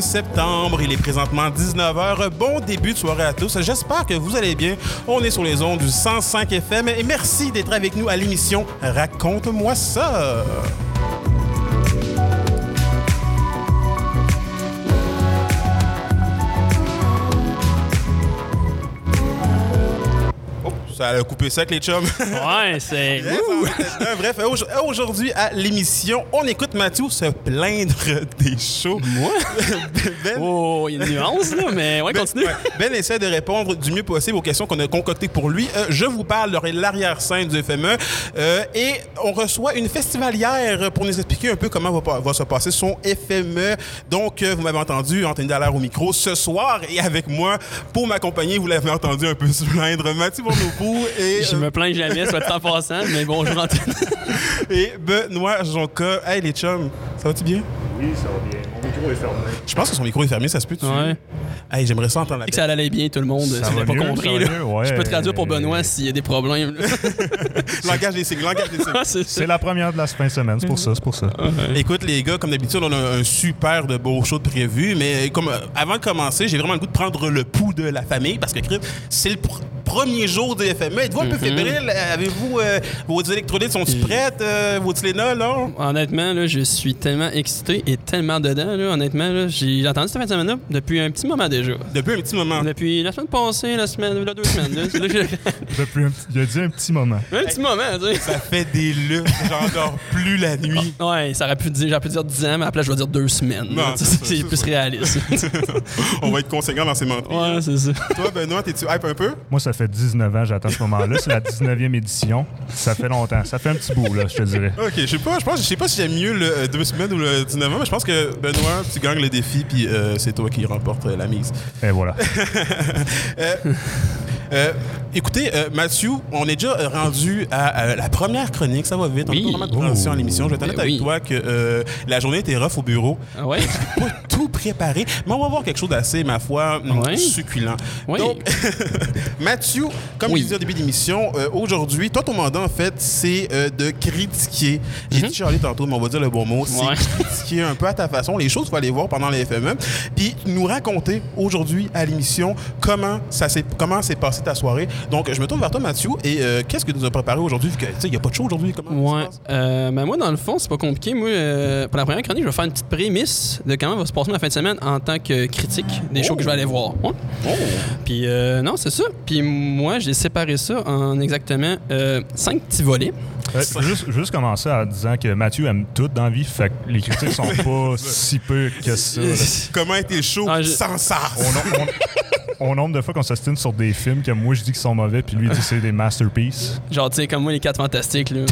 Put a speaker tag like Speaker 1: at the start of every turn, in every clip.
Speaker 1: septembre. Il est présentement 19h. Bon début de soirée à tous. J'espère que vous allez bien. On est sur les ondes du 105 FM et merci d'être avec nous à l'émission Raconte-moi ça. Oh, Ça a coupé sec, les chums.
Speaker 2: Ouais, c'est.
Speaker 1: Yes, en fait, euh, Bref, aujo- aujourd'hui à l'émission, on écoute Mathieu se plaindre des shows. Moi? ben,
Speaker 2: Oh, il y a une nuance, là, mais ouais,
Speaker 1: ben-
Speaker 2: continue.
Speaker 1: ouais, ben essaie de répondre du mieux possible aux questions qu'on a concoctées pour lui. Euh, je vous parle de l'arrière-scène du FME euh, et on reçoit une festivalière pour nous expliquer un peu comment va, pa- va se passer son FME. Donc, euh, vous m'avez entendu, Anthony Dallaire au micro ce soir et avec moi pour m'accompagner, vous l'avez entendu un peu se plaindre, Mathieu Bournoupou et...
Speaker 2: Je
Speaker 1: euh,
Speaker 2: me plains jamais, soit en passant, mais bonjour Antoine.
Speaker 1: Et Benoît Jonca. Hey les chums, ça va-tu bien?
Speaker 3: Oui, ça va bien. Mon micro est fermé.
Speaker 1: Je pense que son micro est fermé, ça se peut-tu?
Speaker 2: Ouais.
Speaker 1: Hey, j'aimerais ça entendre la
Speaker 2: que ça allait bien, tout le monde.
Speaker 3: Ça
Speaker 2: Ça
Speaker 3: va
Speaker 2: pas
Speaker 3: mieux,
Speaker 2: compris,
Speaker 3: ça va
Speaker 2: là.
Speaker 3: mieux, ouais. Euh,
Speaker 2: Je peux traduire pour Benoît s'il y a des problèmes. là.
Speaker 1: Langage des signes, langage des signes.
Speaker 2: Ah, c'est
Speaker 3: C'est la première de la fin de semaine, c'est pour ça, c'est pour ça.
Speaker 1: Écoute, les gars, comme d'habitude, on a un super de beau show de prévu, mais comme euh, avant de commencer, j'ai vraiment le goût de prendre le pouls de la famille parce que Chris, c'est le pr- premier jour du FME. Êtes-vous un peu
Speaker 2: Mm-hmm.
Speaker 1: fébrile? Avez-vous euh, vos électrolytes
Speaker 2: Mm.
Speaker 1: sont-ils prêtes? Euh, vos Tylenol, là?
Speaker 2: Honnêtement, là, je suis tellement excité et tellement dedans. Là, honnêtement, là, j'ai entendu cette fin de semaine-là depuis un petit moment déjà.
Speaker 1: Depuis un petit moment.
Speaker 2: Depuis la semaine passée, la semaine, là, deux semaines. Là, Là, j'ai-
Speaker 3: Depuis un petit- il a dit un petit moment.
Speaker 2: un petit moment, tu sais.
Speaker 1: Ça fait des luttes, j'endors plus la nuit.
Speaker 2: Ouais, ça aurait pu dire, j'aurais pu dire 10 ans, mais après, je vais dire deux semaines.
Speaker 1: Non,
Speaker 2: là.
Speaker 1: c'est ça,
Speaker 2: c'est
Speaker 1: c'est
Speaker 2: plus
Speaker 1: ça.
Speaker 2: réaliste.
Speaker 1: On va être conséquent dans ces menteries.
Speaker 2: ouais, c'est ça.
Speaker 1: Toi, Benoît, t'es-tu hype un peu?
Speaker 3: Moi, ça fait 19 ans, j'attends ce moment-là. C'est la 19e édition. Ça fait longtemps. Ça fait un petit bout, là, je te dirais.
Speaker 1: Ok, je sais pas, je pense, je sais pas si j'aime mieux le euh, deux semaines ou le 19 ans, mais je pense que Benoît, tu gagnes le défi puis euh, c'est toi qui remporte euh, la mise.
Speaker 3: Et voilà.
Speaker 1: Euh, écoutez, euh, Mathieu, on est déjà euh, rendu à euh, la première chronique, ça va vite.
Speaker 2: Oui.
Speaker 1: On est pas vraiment de transition à l'émission. Je vais être
Speaker 2: Ben
Speaker 1: honnête avec
Speaker 2: oui.
Speaker 1: toi que euh, la journée était rough au bureau.
Speaker 2: Ah ouais?
Speaker 1: Pas tout préparé, mais on va voir quelque chose d'assez, ma foi, hum,
Speaker 2: Ouais.
Speaker 1: succulent.
Speaker 2: Oui.
Speaker 1: Donc, Mathieu, comme
Speaker 2: Oui.
Speaker 1: je disais au début d'émission, euh, aujourd'hui, toi, ton mandat, en fait, c'est euh, de critiquer. J'ai dit Charlie tantôt, mais on va dire le bon mot. C'est
Speaker 2: Mhm. Ouais.
Speaker 1: critiquer un peu à ta façon les choses, tu vas les voir pendant les FME. Puis nous raconter aujourd'hui à l'émission comment ça s'est comment s'est passée ta soirée. Donc, je me tourne vers toi, Mathieu, et euh, qu'est-ce que tu nous as préparé aujourd'hui? Vu que, Tu sais, il n'y a pas de show aujourd'hui. Comment ça
Speaker 2: Ouais.
Speaker 1: se passe?
Speaker 2: Euh, ben moi, dans le fond, c'est pas compliqué. Moi, euh, pour la première chronique, je vais faire une petite prémisse de comment va se passer ma fin de semaine en tant que critique des shows que je vais aller voir. Ouais. Puis, euh, non, c'est ça. Puis, moi, j'ai séparé ça en exactement euh, cinq petits volets.
Speaker 3: Euh, juste, juste commencer en disant que Mathieu aime tout dans la vie, fait que les critiques sont pas si peu que ça. là.
Speaker 1: Comment était le show
Speaker 2: Ah, je-
Speaker 1: sans ça?
Speaker 3: Au, nom- au- au nombre de fois qu'on s'astine sur des films que moi, je dis qu'ils sont mauvais, puis lui, il dit que c'est des masterpieces.
Speaker 2: Genre, tu sais, comme moi, les quatre fantastiques, là.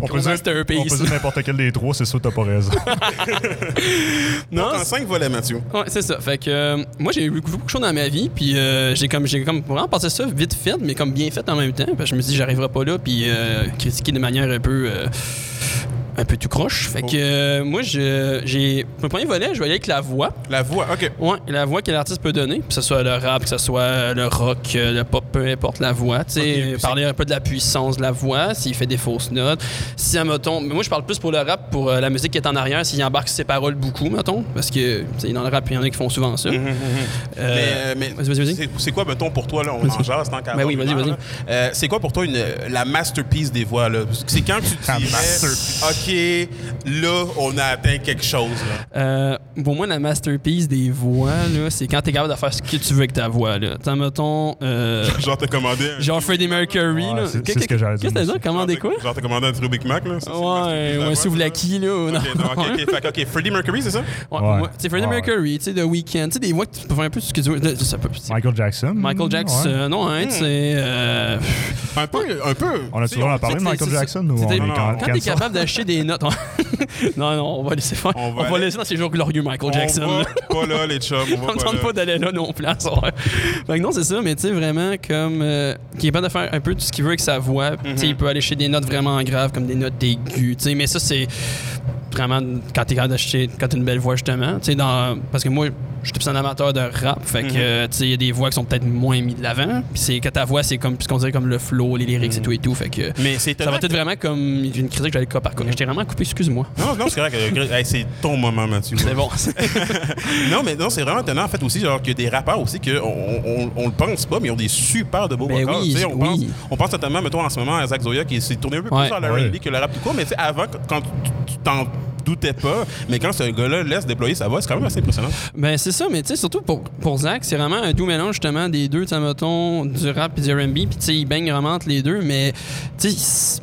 Speaker 3: On
Speaker 2: Gros
Speaker 3: peut dire,
Speaker 2: masterpiece.
Speaker 3: on peut dire n'importe quel des trois, c'est sûr que t'as pas raison.
Speaker 1: Non,
Speaker 2: Non,
Speaker 1: en cinq volets, Mathieu.
Speaker 2: Ouais, c'est ça. Fait que euh, moi, j'ai eu beaucoup beaucoup de choses dans ma vie, puis euh, j'ai comme j'ai comme vraiment passé ça vite fait, mais comme bien fait en même temps. Parce que je me dis, j'arriverai pas là, puis euh, critiquer de manière un peu euh, un peu tout croche. Fait que euh, moi, je- j'ai mon premier volet, je vais aller avec la voix.
Speaker 1: La voix, OK.
Speaker 2: Ouais, la voix que l'artiste peut donner, que ce soit le rap, que ce soit le rock, euh, le pop, peu importe la voix. Tu sais,
Speaker 1: Ok,
Speaker 2: parler un peu de la puissance de la voix, s'il fait des fausses notes. Si, à mettons, mais moi je parle plus pour le rap, pour euh, la musique qui est en arrière, s'il embarque ses paroles beaucoup, mettons, parce que tu sais, dans le rap, il y en a qui font souvent ça. Euh,
Speaker 1: Mmh, mais euh, mais
Speaker 2: vas-y, vas-y, vas-y.
Speaker 1: c'est- c'est quoi, mettons, pour toi, là, on en jase tant qu'à
Speaker 2: Ben oui,
Speaker 1: avoir une
Speaker 2: vas-y,
Speaker 1: heure, là. Euh, c'est quoi pour toi une, la masterpiece des voix, là? C'est quand tu te
Speaker 3: La
Speaker 1: dis, OK, là, on a atteint quelque chose, là.
Speaker 2: Euh, pour moi, la masterpiece des voix, là, c'est quand t'es capable de faire ce que tu veux avec ta voix. Là. T'as, mettons, euh,
Speaker 1: Genre, t'as commandé un...
Speaker 2: genre Freddie Mercury.
Speaker 3: Ouais,
Speaker 2: là.
Speaker 3: c'est-
Speaker 2: Qu'est-
Speaker 3: c'est ce que j'allais
Speaker 2: Qu'est-ce
Speaker 3: dire,
Speaker 2: que t'as
Speaker 3: moi
Speaker 2: dit?
Speaker 1: Ah,
Speaker 2: Comment des quoi?
Speaker 1: Genre, t'as commandé un trio Big Mac, là? Ça, c'est une masterpiece
Speaker 2: Ouais,
Speaker 1: de la
Speaker 2: ouais,
Speaker 1: voix,
Speaker 2: sous
Speaker 1: ça?
Speaker 2: la qui, là. non.
Speaker 1: OK, non, OK, OK. Fait que, OK, Freddie Mercury, c'est ça?
Speaker 2: Ouais,
Speaker 3: Ouais.
Speaker 2: moi, tu sais, Freddie
Speaker 3: Ouais.
Speaker 2: Mercury, tu sais, The Weeknd, tu sais, des voix que tu peux faire un peu ce que tu veux. Là, ça peut- tu sais,
Speaker 3: Michael Jackson.
Speaker 2: Michael
Speaker 3: ouais.
Speaker 2: Jackson, non, hein, tu sais. euh,
Speaker 1: Un peu, un peu.
Speaker 3: On a
Speaker 1: Tu sais,
Speaker 3: toujours en parlé de
Speaker 2: tu sais,
Speaker 3: Michael
Speaker 2: c'est-
Speaker 3: Jackson ou
Speaker 2: c'est-
Speaker 3: on est
Speaker 2: non,
Speaker 1: non,
Speaker 3: quand,
Speaker 2: Quand
Speaker 3: quand
Speaker 2: t'es
Speaker 3: ça-
Speaker 2: capable d'acheter des notes. non, non, on va laisser faire.
Speaker 1: On
Speaker 2: On
Speaker 1: va
Speaker 2: va,
Speaker 1: aller-
Speaker 2: laisser dans ces jours glorieux Michael Jackson.
Speaker 1: On
Speaker 2: là.
Speaker 1: va pas là, les chums. On
Speaker 2: On
Speaker 1: va
Speaker 2: me
Speaker 1: pas
Speaker 2: tente pas
Speaker 1: là.
Speaker 2: d'aller là non plus en soirée. Fait que non, c'est ça, mais tu sais, vraiment, comme. euh, qui est pas de faire un peu tout ce qu'il veut avec sa voix. Tu
Speaker 1: Mhm.
Speaker 2: sais, il peut aller chez des notes vraiment graves, comme des notes aiguës, tu sais, mais ça, c'est vraiment quand t'es capable d'acheter, quand t'as une belle voix, justement. Tu sais, dans. Parce que moi, je suis plus un amateur de rap. Fait que,
Speaker 1: Mhm.
Speaker 2: euh, tu sais, il y a des voix qui sont peut-être moins mises de l'avant. Puis c'est que ta voix, c'est comme, puisqu'on dirait comme le flow, les lyrics et tout et tout. Fait que.
Speaker 1: Mhm. Mais c'est
Speaker 2: Ça
Speaker 1: étonnant Mhm.
Speaker 2: va être vraiment comme une critique que j'allais cas par cas. J'étais vraiment coupé, excuse-moi.
Speaker 1: Non, non, c'est correct. euh, hey, c'est ton moment, Mathieu.
Speaker 2: C'est bon.
Speaker 1: Non, mais non, c'est vraiment étonnant, en fait, aussi, genre, qu'il y a des rappeurs aussi qu'on on, on- on le pense pas, mais ils ont des super de beaux
Speaker 2: Ben
Speaker 1: vocals.
Speaker 2: oui,
Speaker 1: tu sais, on, pense,
Speaker 2: oui.
Speaker 1: on pense notamment, mettons, en ce moment, à Zach Zoya, qui s'est tourné un peu plus
Speaker 2: Ouais.
Speaker 1: vers le
Speaker 3: Ouais.
Speaker 1: R&B que le rap tout court, mais tu sais, avant, quand- quand tu- tu t'en doutais pas, mais quand ce gars-là laisse déployer sa voix, c'est quand même assez impressionnant.
Speaker 2: ben, c'est ça, mais tu sais, surtout pour, pour Zach, c'est vraiment un doux mélange, justement, des deux, tu sais, mettons, du rap et du R&B. Puis, tu sais, il baigne vraiment entre les deux, mais, tu sais, c'est-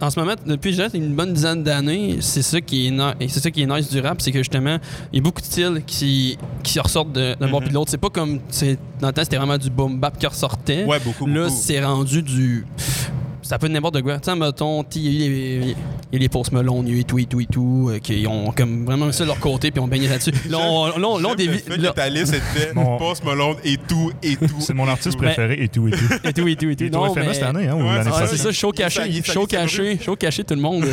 Speaker 2: en ce moment, depuis j'ai une bonne dizaine d'années, c'est ça qui est ni- et c'est ça qui est nice du rap, c'est que justement, il y a beaucoup de styles qui, qui ressortent de- d'un bord puis de l'autre. C'est pas comme, tu sais, dans le temps, c'était vraiment du boom bap qui ressortait.
Speaker 1: Ouais, beaucoup,
Speaker 2: Là,
Speaker 1: beaucoup.
Speaker 2: c'est rendu du. Ça peut être n'importe quoi. Tu sais, mettons, t- il y a eu les- il y a eu les Post Malone, il y a eu tout et tout et tout, euh, qui ont comme vraiment ça de leur côté, puis on baignait là-dessus. Là, on, là, on- là,
Speaker 1: J'aime
Speaker 2: on dévie-
Speaker 1: le fait que
Speaker 2: là-
Speaker 1: ta liste était
Speaker 3: Mon-
Speaker 1: Post Malone et tout, et tout.
Speaker 3: C'est mon artiste
Speaker 1: et tout.
Speaker 3: préféré et tout et tout.
Speaker 2: Et tout et tout et tout.
Speaker 3: Il est au
Speaker 2: Non,
Speaker 3: FMA
Speaker 2: mais-
Speaker 3: cette année, hein, ou
Speaker 1: Ouais,
Speaker 3: l'année
Speaker 1: ça,
Speaker 2: Ah,
Speaker 3: prochaine?
Speaker 2: c'est ça, show
Speaker 1: Il
Speaker 2: caché,
Speaker 1: est salé,
Speaker 2: show caché, show caché tout le monde.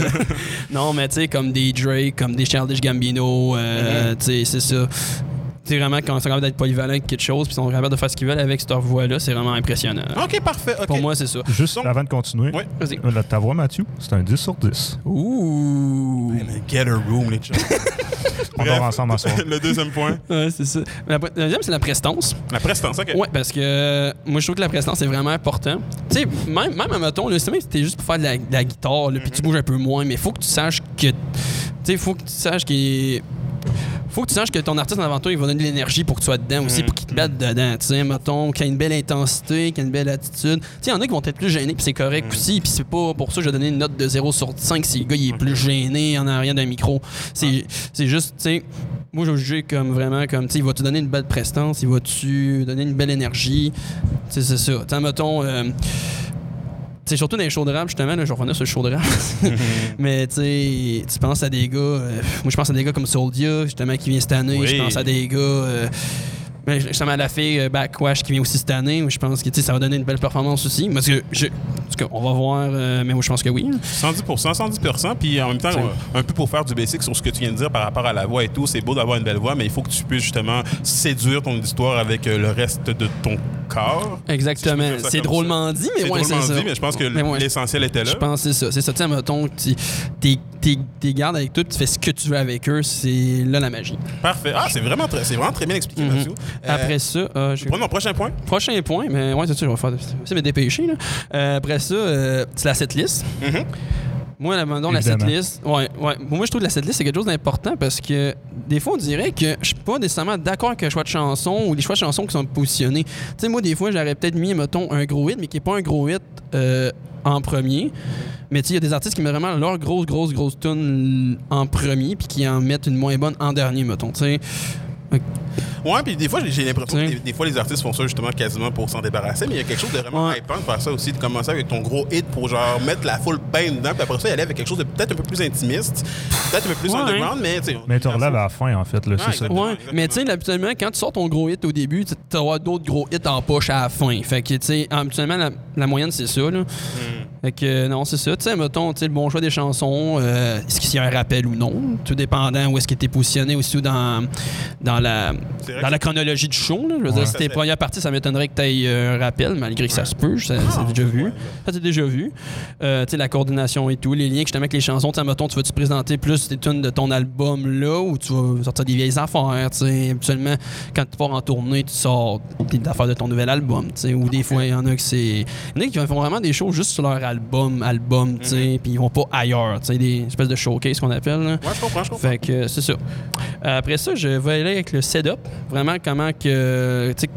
Speaker 2: non, mais tu sais, comme des Drake, comme des Childish Gambino,
Speaker 1: Mm-hmm.
Speaker 2: euh, tu sais, c'est ça. Tu sais, vraiment, quand ils sont capables d'être polyvalents avec quelque chose, puis ils sont capables de faire ce qu'ils veulent avec cette voix-là, c'est vraiment impressionnant.
Speaker 1: Ah, OK, parfait. OK.
Speaker 2: Pour moi, c'est ça.
Speaker 3: Juste
Speaker 1: Donc-
Speaker 3: avant de continuer,
Speaker 1: Ouais.
Speaker 2: Vas-y.
Speaker 3: euh, ta voix, Mathieu, c'est un 10 sur 10.
Speaker 2: Ouh!
Speaker 1: Hey, man, Get a room, les gens.
Speaker 3: On
Speaker 1: Bref.
Speaker 3: dort ensemble à soir.
Speaker 1: le deuxième point.
Speaker 2: Ouais, c'est ça. La, pre- la deuxième, c'est la prestance.
Speaker 1: La prestance, OK.
Speaker 2: Ouais, parce que euh, moi, je trouve que la prestance est vraiment important. Tu sais, même, même à mettons, le système, c'était juste pour faire de la, de la guitare, là, puis tu bouges un peu moins, mais faut que tu saches que. Tu sais, faut que tu saches qu'il. Faut que tu saches que ton artiste en avant toi, il va donner de l'énergie pour que tu sois dedans aussi, pour qu'il te batte dedans. Tu sais, mettons, qu'il y a une belle intensité, qu'il y a une belle attitude. Tu sais, il y en a qui vont être plus gênés, puis c'est correct aussi. Puis c'est pas pour ça que je vais donner une note de 0 sur 5 si le gars, il est plus gêné en arrière d'un micro. C'est c'est juste, tu sais, moi, je vais juger comme vraiment, comme, tu sais, il va-tu donner une belle prestance, il va-tu donner une belle énergie. Tu sais, c'est ça. Tu sais, mettons. euh, tu sais, surtout dans les shows de rap, justement, là, je vais revenir sur le show de rap. Mais tu sais, tu penses à des gars. euh, moi, je pense à des gars comme Soldia, justement, qui vient cette année.
Speaker 1: Oui.
Speaker 2: Je pense à des gars. euh, ben, justement, à la fille euh, Backwash qui vient aussi cette année. Je pense que tu sais, ça va donner une belle performance aussi. Parce que, je, en tout cas, on va voir, euh, mais moi, je pense que oui.
Speaker 1: 110 110 puis en même temps,
Speaker 2: C'est-
Speaker 1: on- un peu pour faire du basic sur ce que tu viens de dire par rapport à la voix et tout, c'est beau d'avoir une belle voix, mais il faut que tu puisses justement séduire ton histoire avec euh, le reste de ton corps.
Speaker 2: Exactement.
Speaker 1: Si je peux dire ça
Speaker 2: c'est
Speaker 1: comme
Speaker 2: drôlement dit, mais
Speaker 1: c'est
Speaker 2: ouais,
Speaker 1: drôlement
Speaker 2: c'est ça.
Speaker 1: dit, mais je pense que
Speaker 2: Mais ouais.
Speaker 1: l'essentiel était là.
Speaker 2: Je pense que c'est ça. C'est ça. Tu sais, mettons, tu t'es- t'es- t'es gardes avec tout, tu fais ce que tu veux avec eux, c'est là la magie.
Speaker 1: Parfait. Ah, c'est vraiment, très- c'est vraiment très bien expliqué,
Speaker 2: Mhm.
Speaker 1: Mathieu. Euh,
Speaker 2: Après ça, euh, je-
Speaker 1: prenons mon prochain point.
Speaker 2: prochain point, mais ouais, c'est ça, je vais faire. C'est me dépêcher, là. Euh, après ça, euh, c'est la setlist.
Speaker 1: Mhm.
Speaker 2: Moi, la, non, la
Speaker 3: Évidemment.
Speaker 2: setlist, ouais, ouais. Moi, je trouve que la setlist, c'est quelque chose d'important parce que des fois, on dirait que je suis pas nécessairement d'accord avec le choix de chanson ou les choix de chansons qui sont positionnés. Tu sais, moi, des fois, j'aurais peut-être mis, mettons, un gros hit, mais qui est pas un gros hit euh, en premier. Mais tu sais, il y a des artistes qui mettent vraiment leur grosse, grosse, grosse tune en premier, puis qui en mettent une moins bonne en dernier, mettons. Tu sais,
Speaker 1: Ouais, puis des fois, j'ai- j'ai l'impression que
Speaker 2: Tiens.
Speaker 1: des, des fois, les artistes font ça justement quasiment pour s'en débarrasser, mais il y a quelque chose de vraiment
Speaker 2: Ouais.
Speaker 1: important de faire ça aussi, de commencer avec ton gros hit pour genre mettre la foule bain dedans, puis après ça, y aller avec quelque chose de peut-être un peu plus intimiste, peut-être un peu plus
Speaker 2: Ouais.
Speaker 1: underground, mais tu sais. on-
Speaker 3: Mais tu relèves à la fin, en fait. là, c'est ça.
Speaker 1: exactement.
Speaker 2: Ouais, mais tu sais, là, habituellement, quand tu sors ton gros hit au début, tu auras d'autres gros hits en poche à la fin. Fait que, tu sais, habituellement, la, la moyenne, c'est ça, là.
Speaker 1: Hmm.
Speaker 2: Fait que, euh, non, c'est ça. Tu sais, mettons, tu sais, le bon choix des chansons, euh, est-ce qu'il y a un rappel ou non, tout dépendant où est-ce qu'il était positionné aussi dans, dans, la,
Speaker 1: C'est vrai
Speaker 2: dans
Speaker 1: que-
Speaker 2: la chronologie du show, là. Je veux dire, si
Speaker 1: Ça
Speaker 2: t'es
Speaker 1: fait-
Speaker 2: première partie, ça m'étonnerait que tu aies un rappel, malgré que ça se peut, ça, c'est déjà vu.
Speaker 1: Ah, ouais.
Speaker 2: Ça, c'est déjà vu. Euh, tu sais, la coordination et tout, les liens que je te mets avec les chansons. Tu sais, mettons, tu vas-tu présenter plus des tunes de ton album là ou tu vas sortir des vieilles affaires, tu sais. Habituellement, quand tu pars en tournée, tu sors des affaires de ton nouvel album, tu sais. Ou des fois, il y en a que c'est. Il y en a qui font vraiment des shows juste sur leur album, album,
Speaker 1: Mhm.
Speaker 2: tu sais, puis ils vont pas ailleurs, tu sais, des espèces de showcase qu'on appelle, là.
Speaker 1: Ouais, je comprends, je comprends.
Speaker 2: Fait que euh, c'est ça. Euh, Après ça, je vais aller avec le setup. Vraiment, comment que. tu sais,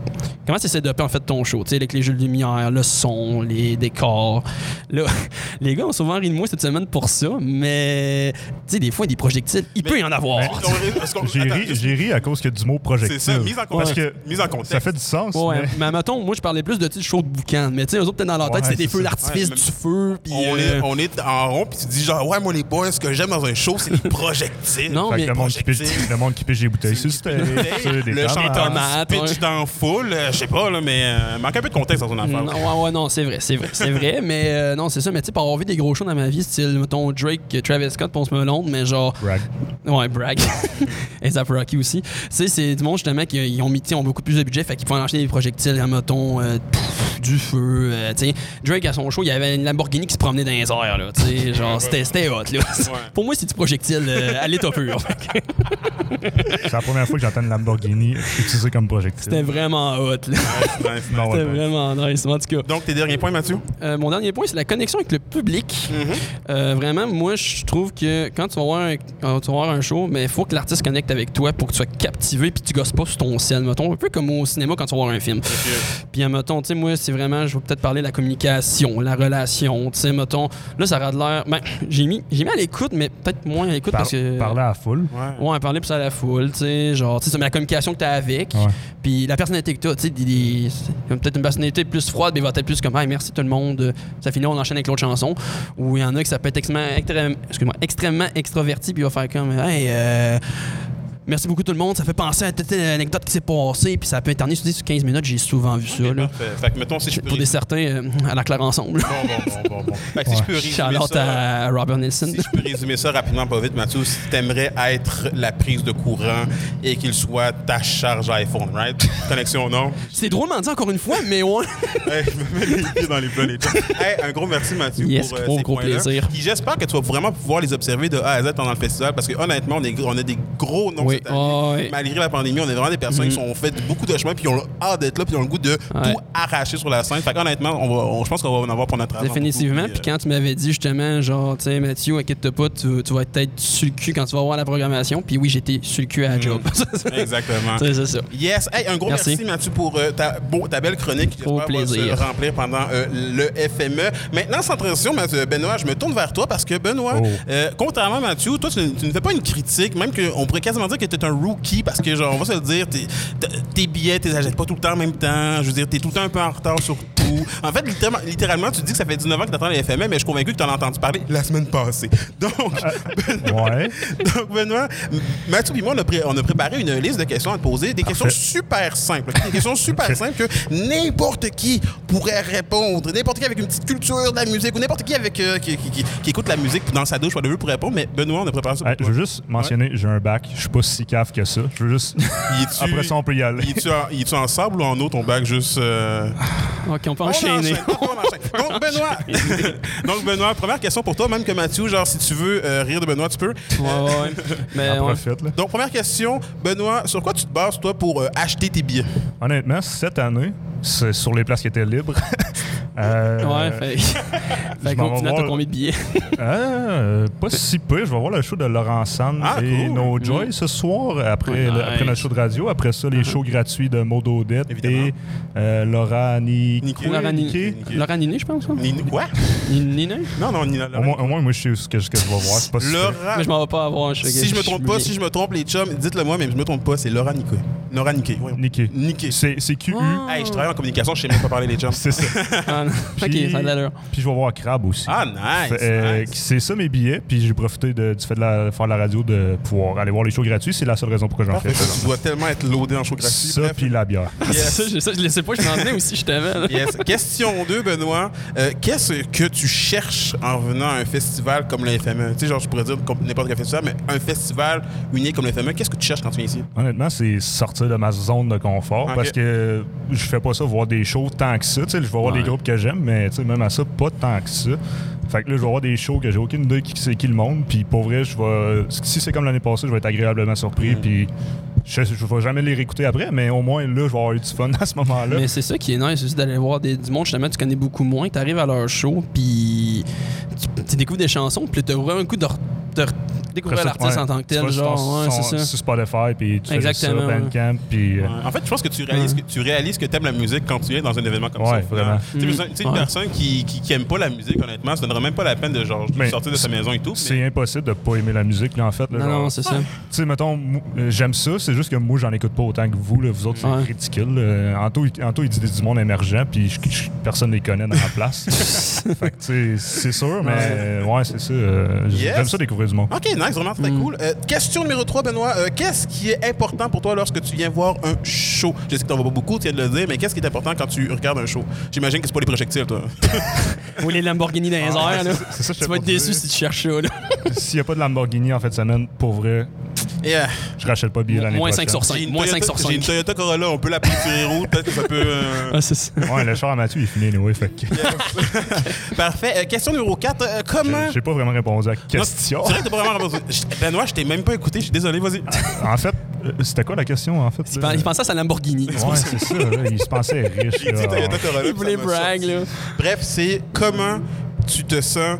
Speaker 2: Comment c'est setupé en fait ton show? Tu sais, avec les jeux de lumière, le son, les décors. Là, les gars ont souvent ri de moi cette semaine pour ça, mais tu sais, des fois, des projectiles, il peut y en avoir.
Speaker 1: Mais- Est-ce qu'on-
Speaker 3: J'ai
Speaker 1: attends,
Speaker 3: ri, j'ai ri à cause que du mot projectile.
Speaker 1: C'est ça, mise en
Speaker 3: Parce
Speaker 1: contexte.
Speaker 3: que
Speaker 1: Mise en contexte.
Speaker 3: ça fait du sens.
Speaker 2: Ouais,
Speaker 3: mais-
Speaker 2: mais mettons, moi je parlais plus de tu sais, le show de boucan, mais tu sais, eux autres, peut-être dans leur tête,
Speaker 3: Ouais,
Speaker 2: c'est des
Speaker 3: c'est
Speaker 2: feux
Speaker 3: ça.
Speaker 2: d'artifice,
Speaker 1: Ouais,
Speaker 2: du
Speaker 1: mais-
Speaker 2: feu. Puis,
Speaker 1: on,
Speaker 2: euh,
Speaker 1: est, on est en rond, puis tu dis genre, ouais, moi, les boys, ce que j'aime dans un show, c'est les projectiles.
Speaker 2: Non,
Speaker 3: Fait que
Speaker 2: mais
Speaker 3: le monde, qui
Speaker 1: projectile.
Speaker 3: piche, le monde qui piche des bouteilles sur le steak, sur des
Speaker 1: le
Speaker 3: tomates. hein.
Speaker 1: chanteur
Speaker 2: tomates,
Speaker 1: pitch
Speaker 2: ouais.
Speaker 1: dans foule, euh, je sais pas, là, mais euh, manque un peu de contexte dans son affaire.
Speaker 2: Non, ouais, ouais, non, c'est vrai, c'est vrai, c'est vrai. Mais euh, non, c'est ça. Mais tu sais, pour avoir vu des gros shows dans ma vie, style, mettons, Drake, Travis Scott, Ponce Melon, mais genre.
Speaker 3: Brag.
Speaker 2: Ouais, brag. Et ça Rocky aussi. Tu sais, c'est du monde justement qui ils ont mis, tu sais, ont beaucoup plus de budget, fait qu'ils pouvaient acheter des projectiles, un moton, du feu. euh, tu sais, Drake à son show, il y avait une Lamborghini qui se promenait dans les airs, là. Tu sais, genre, c'était c'était hot, là. Pour moi, c'est du projectile euh, à l'état pur.
Speaker 3: C'est la première fois que j'entends une Lamborghini utilisée comme projectile.
Speaker 2: C'était vraiment hot, là.
Speaker 1: Nice, nice.
Speaker 3: Non, ouais,
Speaker 2: C'était
Speaker 3: ben,
Speaker 2: vraiment nice. En tout cas,
Speaker 1: Donc, tes derniers points, Mathieu?
Speaker 2: Euh, mon dernier point, c'est la connexion avec le public. Euh, vraiment, moi, je trouve que quand tu vas voir un, quand tu vas voir un show, il faut que l'artiste connecte avec toi pour que tu sois captivé puis que tu gosses pas sur ton ciel, mettons. Un peu comme au cinéma quand tu vas voir un film. Puis, euh, mettons, tu sais, moi, c'est vraiment, je vais peut-être parler de la communication, la relation, tu sais, mettons. Là, ça aura de l'air. Ben, j'ai mis, j'ai mis à l'écoute, mais peut-être moins à l'écoute
Speaker 3: Par-
Speaker 2: parce que. euh,
Speaker 3: Parler à la foule.
Speaker 1: Ouais.
Speaker 2: Ouais, parler plus à la foule, tu sais, genre, tu sais, c'est la communication que t'as avec,
Speaker 3: Ouais.
Speaker 2: puis la personnalité que t'as, tu sais, des- des- comme peut-être une personnalité plus froide, mais il va être plus comme, hey, merci tout le monde, ça finit, on enchaîne avec l'autre chanson, ou il y en a qui ça peut être extrêmement, extrême- excuse-moi, extrêmement extraverti, puis il va faire comme, hey, euh, merci beaucoup tout le monde, ça fait penser à toute anecdote qui s'est passée, puis ça peut éterner sur 10 ou 15 minutes, j'ai souvent vu ça, là.
Speaker 1: Parfait. Fait que, mettons, si je peux.
Speaker 2: Pour des certains, euh, à la claire ensemble.
Speaker 1: Bon, bon, bon, bon, bon. Fait que si
Speaker 3: Ouais.
Speaker 1: je peux résumer
Speaker 2: Shout-out
Speaker 1: ça.
Speaker 2: à Robert Nelson.
Speaker 1: Si je peux résumer ça rapidement, pas vite, Mathieu, si t'aimerais être la prise de courant et qu'il soit ta charge iPhone, right? Connexion, non?
Speaker 2: C'est drôlement dit encore une fois, mais ouais.
Speaker 1: Hey, je me mets les pieds dans les plats, les chums. Hey, un gros merci, Mathieu,
Speaker 2: Yes,
Speaker 1: pour euh,
Speaker 2: gros,
Speaker 1: ces
Speaker 2: gros
Speaker 1: points-là.
Speaker 2: plaisir.
Speaker 1: Puis j'espère que tu vas vraiment pouvoir les observer de A à Z pendant le festival parce que honnêtement, on, est- on a des gros noms
Speaker 2: Oui,
Speaker 1: cette année.
Speaker 2: ah Mm-hmm. oui.
Speaker 1: Malgré la pandémie, on est vraiment des personnes qui ont fait beaucoup de chemin puis qui ont le hâte d'être là puis qui ont le goût de tout arracher sur la scène. Fait honnêtement, on va, on- je pense qu'on va en avoir pour notre travail.
Speaker 2: Définitivement. Puis quand tu m'avais dit justement, genre, tu sais, Mathieu, inquiète-toi pas, tu, tu vas être peut-être sur le cul quand tu vas voir la programmation. Puis oui, j'étais sur le
Speaker 1: Mm.
Speaker 2: cul à la job.
Speaker 1: Exactement.
Speaker 2: c'est c'est ça.
Speaker 1: Yes. Hey, un gros merci,
Speaker 2: Merci.
Speaker 1: Mathieu, pour euh, ta, beau- ta belle chronique. qui
Speaker 2: Au plaisir.
Speaker 1: se remplir pendant euh, le FME. Maintenant, sans transition, Mathieu- euh, Benoît, je me tourne vers toi parce que, Benoît,
Speaker 3: Oh.
Speaker 1: euh, contrairement à Mathieu, toi, tu, ne- tu ne fais pas une critique, même qu'on pourrait quasiment dire que tu es un rookie parce que, genre, on va se le dire, t'es- t- tes billets, tu les achètes pas tout le temps en même temps. Je veux dire, tu es tout le temps un peu en retard sur tout. En fait, littéralement, littéralement, tu dis que ça fait 19 ans que tu attends le FME, E, mais je suis convaincu que tu en as entendu parler la semaine passée. Donc, Benoît,
Speaker 3: Ouais.
Speaker 1: donc, Benoît, M- Mathieu et moi, on a, pré- on a préparé une liste de questions à te poser, des questions super simples. Des questions super simples que n'importe qui pourrait répondre. N'importe qui avec une petite culture de la musique ou n'importe qui avec euh, qui, qui- qui- qui écoute la musique dans sa douche, whatever, pour répondre. Mais Benoît, on a préparé ça pour
Speaker 3: Hey, je
Speaker 1: toi.
Speaker 3: veux juste mentionner, j'ai un bac. Je suis pas si cave que ça. Je veux juste.
Speaker 1: Il est-tu-
Speaker 3: Après ça, on peut y aller.
Speaker 1: il est-tu en- il est-tu en sable ou en eau, ton bac, juste... euh,
Speaker 3: Ah,
Speaker 2: Ok, on peut
Speaker 1: On
Speaker 2: enchaîner.
Speaker 1: enchaîne, on enchaîne. Donc, Benoît, donc, Benoît, première question pour toi, même que Mathieu, genre, si tu veux euh, rire de Benoît, tu peux.
Speaker 2: ouais, ouais, ouais. Mais
Speaker 3: On
Speaker 2: ouais.
Speaker 3: profite, là.
Speaker 1: Donc, première question, Benoît, sur quoi tu te bases, toi, pour euh, acheter tes billets?
Speaker 3: Honnêtement, cette année, c'est sur les places qui étaient libres. Euh,
Speaker 2: Ouais, fait, fait
Speaker 3: m'en
Speaker 2: qu'au
Speaker 3: vais
Speaker 2: final, t'as
Speaker 3: voir.
Speaker 2: combien de billets?
Speaker 3: euh, pas si peu. Je vais voir le show de Laurent Sand
Speaker 1: Ah,
Speaker 3: et
Speaker 1: cool.
Speaker 3: No Joy ce soir, après,
Speaker 2: Oh,
Speaker 3: le-
Speaker 2: nice.
Speaker 3: après notre show de radio. Après ça, les shows gratuits de Modo Odette
Speaker 1: Mm-hmm. Évidemment.
Speaker 3: et euh, Laura Ni-
Speaker 1: Niquet.
Speaker 2: Laurent
Speaker 3: Niquet.
Speaker 2: Niné. Laurent Niné, je pense. Hein?
Speaker 1: Ni- Quoi?
Speaker 2: Niné?
Speaker 1: Non, non, ni
Speaker 3: Au moins, au moins, moi, je sais ce que, ce que je vais voir. C'est pas si peu.
Speaker 1: Laura.
Speaker 2: Mais je m'en vais pas avoir un chèque.
Speaker 1: Ah. Si je me trompe pas, si je me trompe, les chums, dites-le moi, mais je me trompe pas, c'est Laura Niquet. Laura Niquet. voyons.
Speaker 3: Niquet.
Speaker 1: Niquet.
Speaker 3: C'est c'est QU.
Speaker 2: Ah.
Speaker 1: Hey, je travaille en communication, je sais même pas parler les chums.
Speaker 3: C'est ça.
Speaker 2: Ah, non.
Speaker 3: Puis-
Speaker 2: ok, ça a de l'allure.
Speaker 3: Puis je vais voir Crab aussi.
Speaker 1: Ah, nice.
Speaker 3: Fait, euh,
Speaker 1: nice.
Speaker 3: C'est ça mes billets, puis j'ai profité de- du fait de, la, faire de la radio de pouvoir aller voir les shows gratuits. C'est la seule raison pourquoi j'en fais.
Speaker 1: Parfait, ça, tu dois tellement être loadé en show gratuit.
Speaker 3: Ça,
Speaker 1: Bref.
Speaker 3: puis la bière.
Speaker 1: Yes.
Speaker 2: Ça, je, ça, je le sais pas, je m'en venais aussi, je t'avais. là.
Speaker 1: Yes. Question 2, Benoît. Euh, Qu'est-ce que tu cherches en venant à un festival comme le FME? Tu sais, genre, je pourrais dire comme n'importe quel festival, mais un festival unique comme le FME, qu'est-ce que tu cherches quand tu viens ici?
Speaker 3: Honnêtement, c'est sortir de ma zone de confort
Speaker 1: Ok.
Speaker 3: parce que je fais pas ça voir des shows tant que ça. Tu sais, je vais voir
Speaker 2: Ouais.
Speaker 3: des groupes que j'aime, mais tu sais, même à ça, pas tant que ça. Fait que là, je vais voir des shows que j'ai aucune idée qui c'est qui le monde. Puis pour vrai, je vais. Si c'est comme l'année passée, je vais être agréablement
Speaker 1: Mm.
Speaker 3: surpris. Puis je, je vais jamais les réécouter après, mais au moins là, je vais avoir eu du fun à ce moment-là.
Speaker 2: Mais c'est ça qui est nice aussi d'aller voir des, du monde justement que tu connais beaucoup moins, tu arrives à leur show puis tu, tu découvres des chansons puis tu as vraiment un coup de, re- de re- découvrir
Speaker 3: Après
Speaker 2: l'artiste
Speaker 3: ça, ouais,
Speaker 2: en tant que
Speaker 3: tu vas
Speaker 2: tel,
Speaker 3: sur ton-
Speaker 2: genre, ouais,
Speaker 3: son-
Speaker 2: c'est ça.
Speaker 3: Sur Spotify, puis tu fais juste ça,
Speaker 2: Exactement, ouais.
Speaker 3: Bandcamp, puis... euh,
Speaker 1: Ouais. En fait, je pense que tu réalises que tu réalises que t'aimes la musique quand tu viens dans un événement comme ça.
Speaker 3: Ouais, vraiment.
Speaker 1: Tu sais, parce que, tu sais, une
Speaker 2: Mm. Ouais.
Speaker 1: personne qui, qui, qui aime pas la musique, honnêtement, ça donnerait même pas la peine de genre
Speaker 3: Mais
Speaker 1: sortir de sa maison et tout. mais-
Speaker 3: C'est impossible de pas aimer la musique, là, en fait. là,
Speaker 2: Non,
Speaker 3: genre,
Speaker 2: non, c'est ça.
Speaker 3: Tu sais, mettons, mou- euh, j'aime ça, c'est juste que moi, j'en écoute pas autant que vous, là. Vous autres, c'est
Speaker 2: Ouais.
Speaker 3: ridicule. Euh, Anto, il- Anto, il dit du monde émergent, puis je- je- personne les connaît dans la place. fait que, tu sais, c'est sûr, mais euh, ouais, c'est ça. euh, j-
Speaker 1: Yes.
Speaker 3: J'aime ça découvrir du monde.
Speaker 1: Ok, nice, vraiment
Speaker 2: Mm.
Speaker 1: très cool. Euh, question numéro 3, Benoît. Euh, qu'est-ce qui est important pour toi lorsque tu viens voir un show? Je sais que t'en vois pas beaucoup, tu viens de le dire, mais qu'est-ce qui est important quand tu regardes un show? J'imagine que c'est pas les projectiles, toi.
Speaker 2: Ou les Lamborghini dans les
Speaker 3: Ah,
Speaker 2: airs,
Speaker 3: c'est
Speaker 2: là.
Speaker 3: ça- c'est ça que je
Speaker 2: Tu
Speaker 3: fais
Speaker 2: vas
Speaker 3: pas
Speaker 2: être déçu
Speaker 3: dire.
Speaker 2: si tu cherches ça, là.
Speaker 3: S'il n'y a pas de Lamborghini en fin de semaine, pour vrai,
Speaker 1: Et, euh,
Speaker 3: je rachète pas de billet l'année
Speaker 2: Moins
Speaker 3: prochaine.
Speaker 2: 5 sur 5.
Speaker 1: j'ai une
Speaker 2: Moins
Speaker 1: Toyota-
Speaker 2: 5 sur
Speaker 1: J'ai une
Speaker 2: 5.
Speaker 1: Toyota Corolla, on peut la peinturer rouge, peut-être que ça peut. euh,
Speaker 2: Ah, c'est ça.
Speaker 3: Ouais, le char à Mathieu, il est fini, anyway, fait que
Speaker 1: Parfait. Euh, question numéro 4, comment.
Speaker 3: j'ai pas vraiment répondu à la question.
Speaker 1: Non, c'est vrai que t'as pas vraiment répondu. Je- Benoît, je t'ai même pas écouté, je suis désolé, vas-y.
Speaker 3: en fait, euh, c'était quoi la question, en fait?
Speaker 2: Il
Speaker 3: là?
Speaker 2: pen- il pensait à sa Lamborghini.
Speaker 3: Ouais, c'est ça, là, il se pensait riche.
Speaker 1: J'ai dit
Speaker 3: là.
Speaker 1: Toyota Corolla,
Speaker 2: Il
Speaker 1: ça
Speaker 2: voulait
Speaker 1: m'a
Speaker 2: brag,
Speaker 1: sorti.
Speaker 2: là.
Speaker 1: Bref, c'est comment tu te sens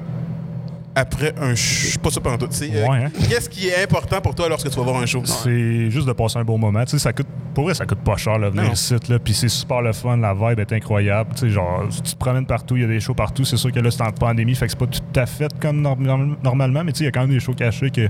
Speaker 1: après un show. Pas ça pendant tout. C'est euh,
Speaker 3: Ouais, hein?
Speaker 1: qu'est-ce qui est important pour toi lorsque tu vas voir un show?
Speaker 3: C'est juste de passer un bon moment. Tu sais, ça coûte, pour vrai, ça coûte pas cher, là, venir
Speaker 1: Non.
Speaker 3: ici, là, puis c'est super le fun, la vibe est incroyable. Tu sais, genre, si tu te promènes partout, il y a des shows partout. C'est sûr que là, c'est en pandémie, fait que c'est pas tout à fait comme norm- norm- normalement, mais tu sais, il y a quand même des shows cachés que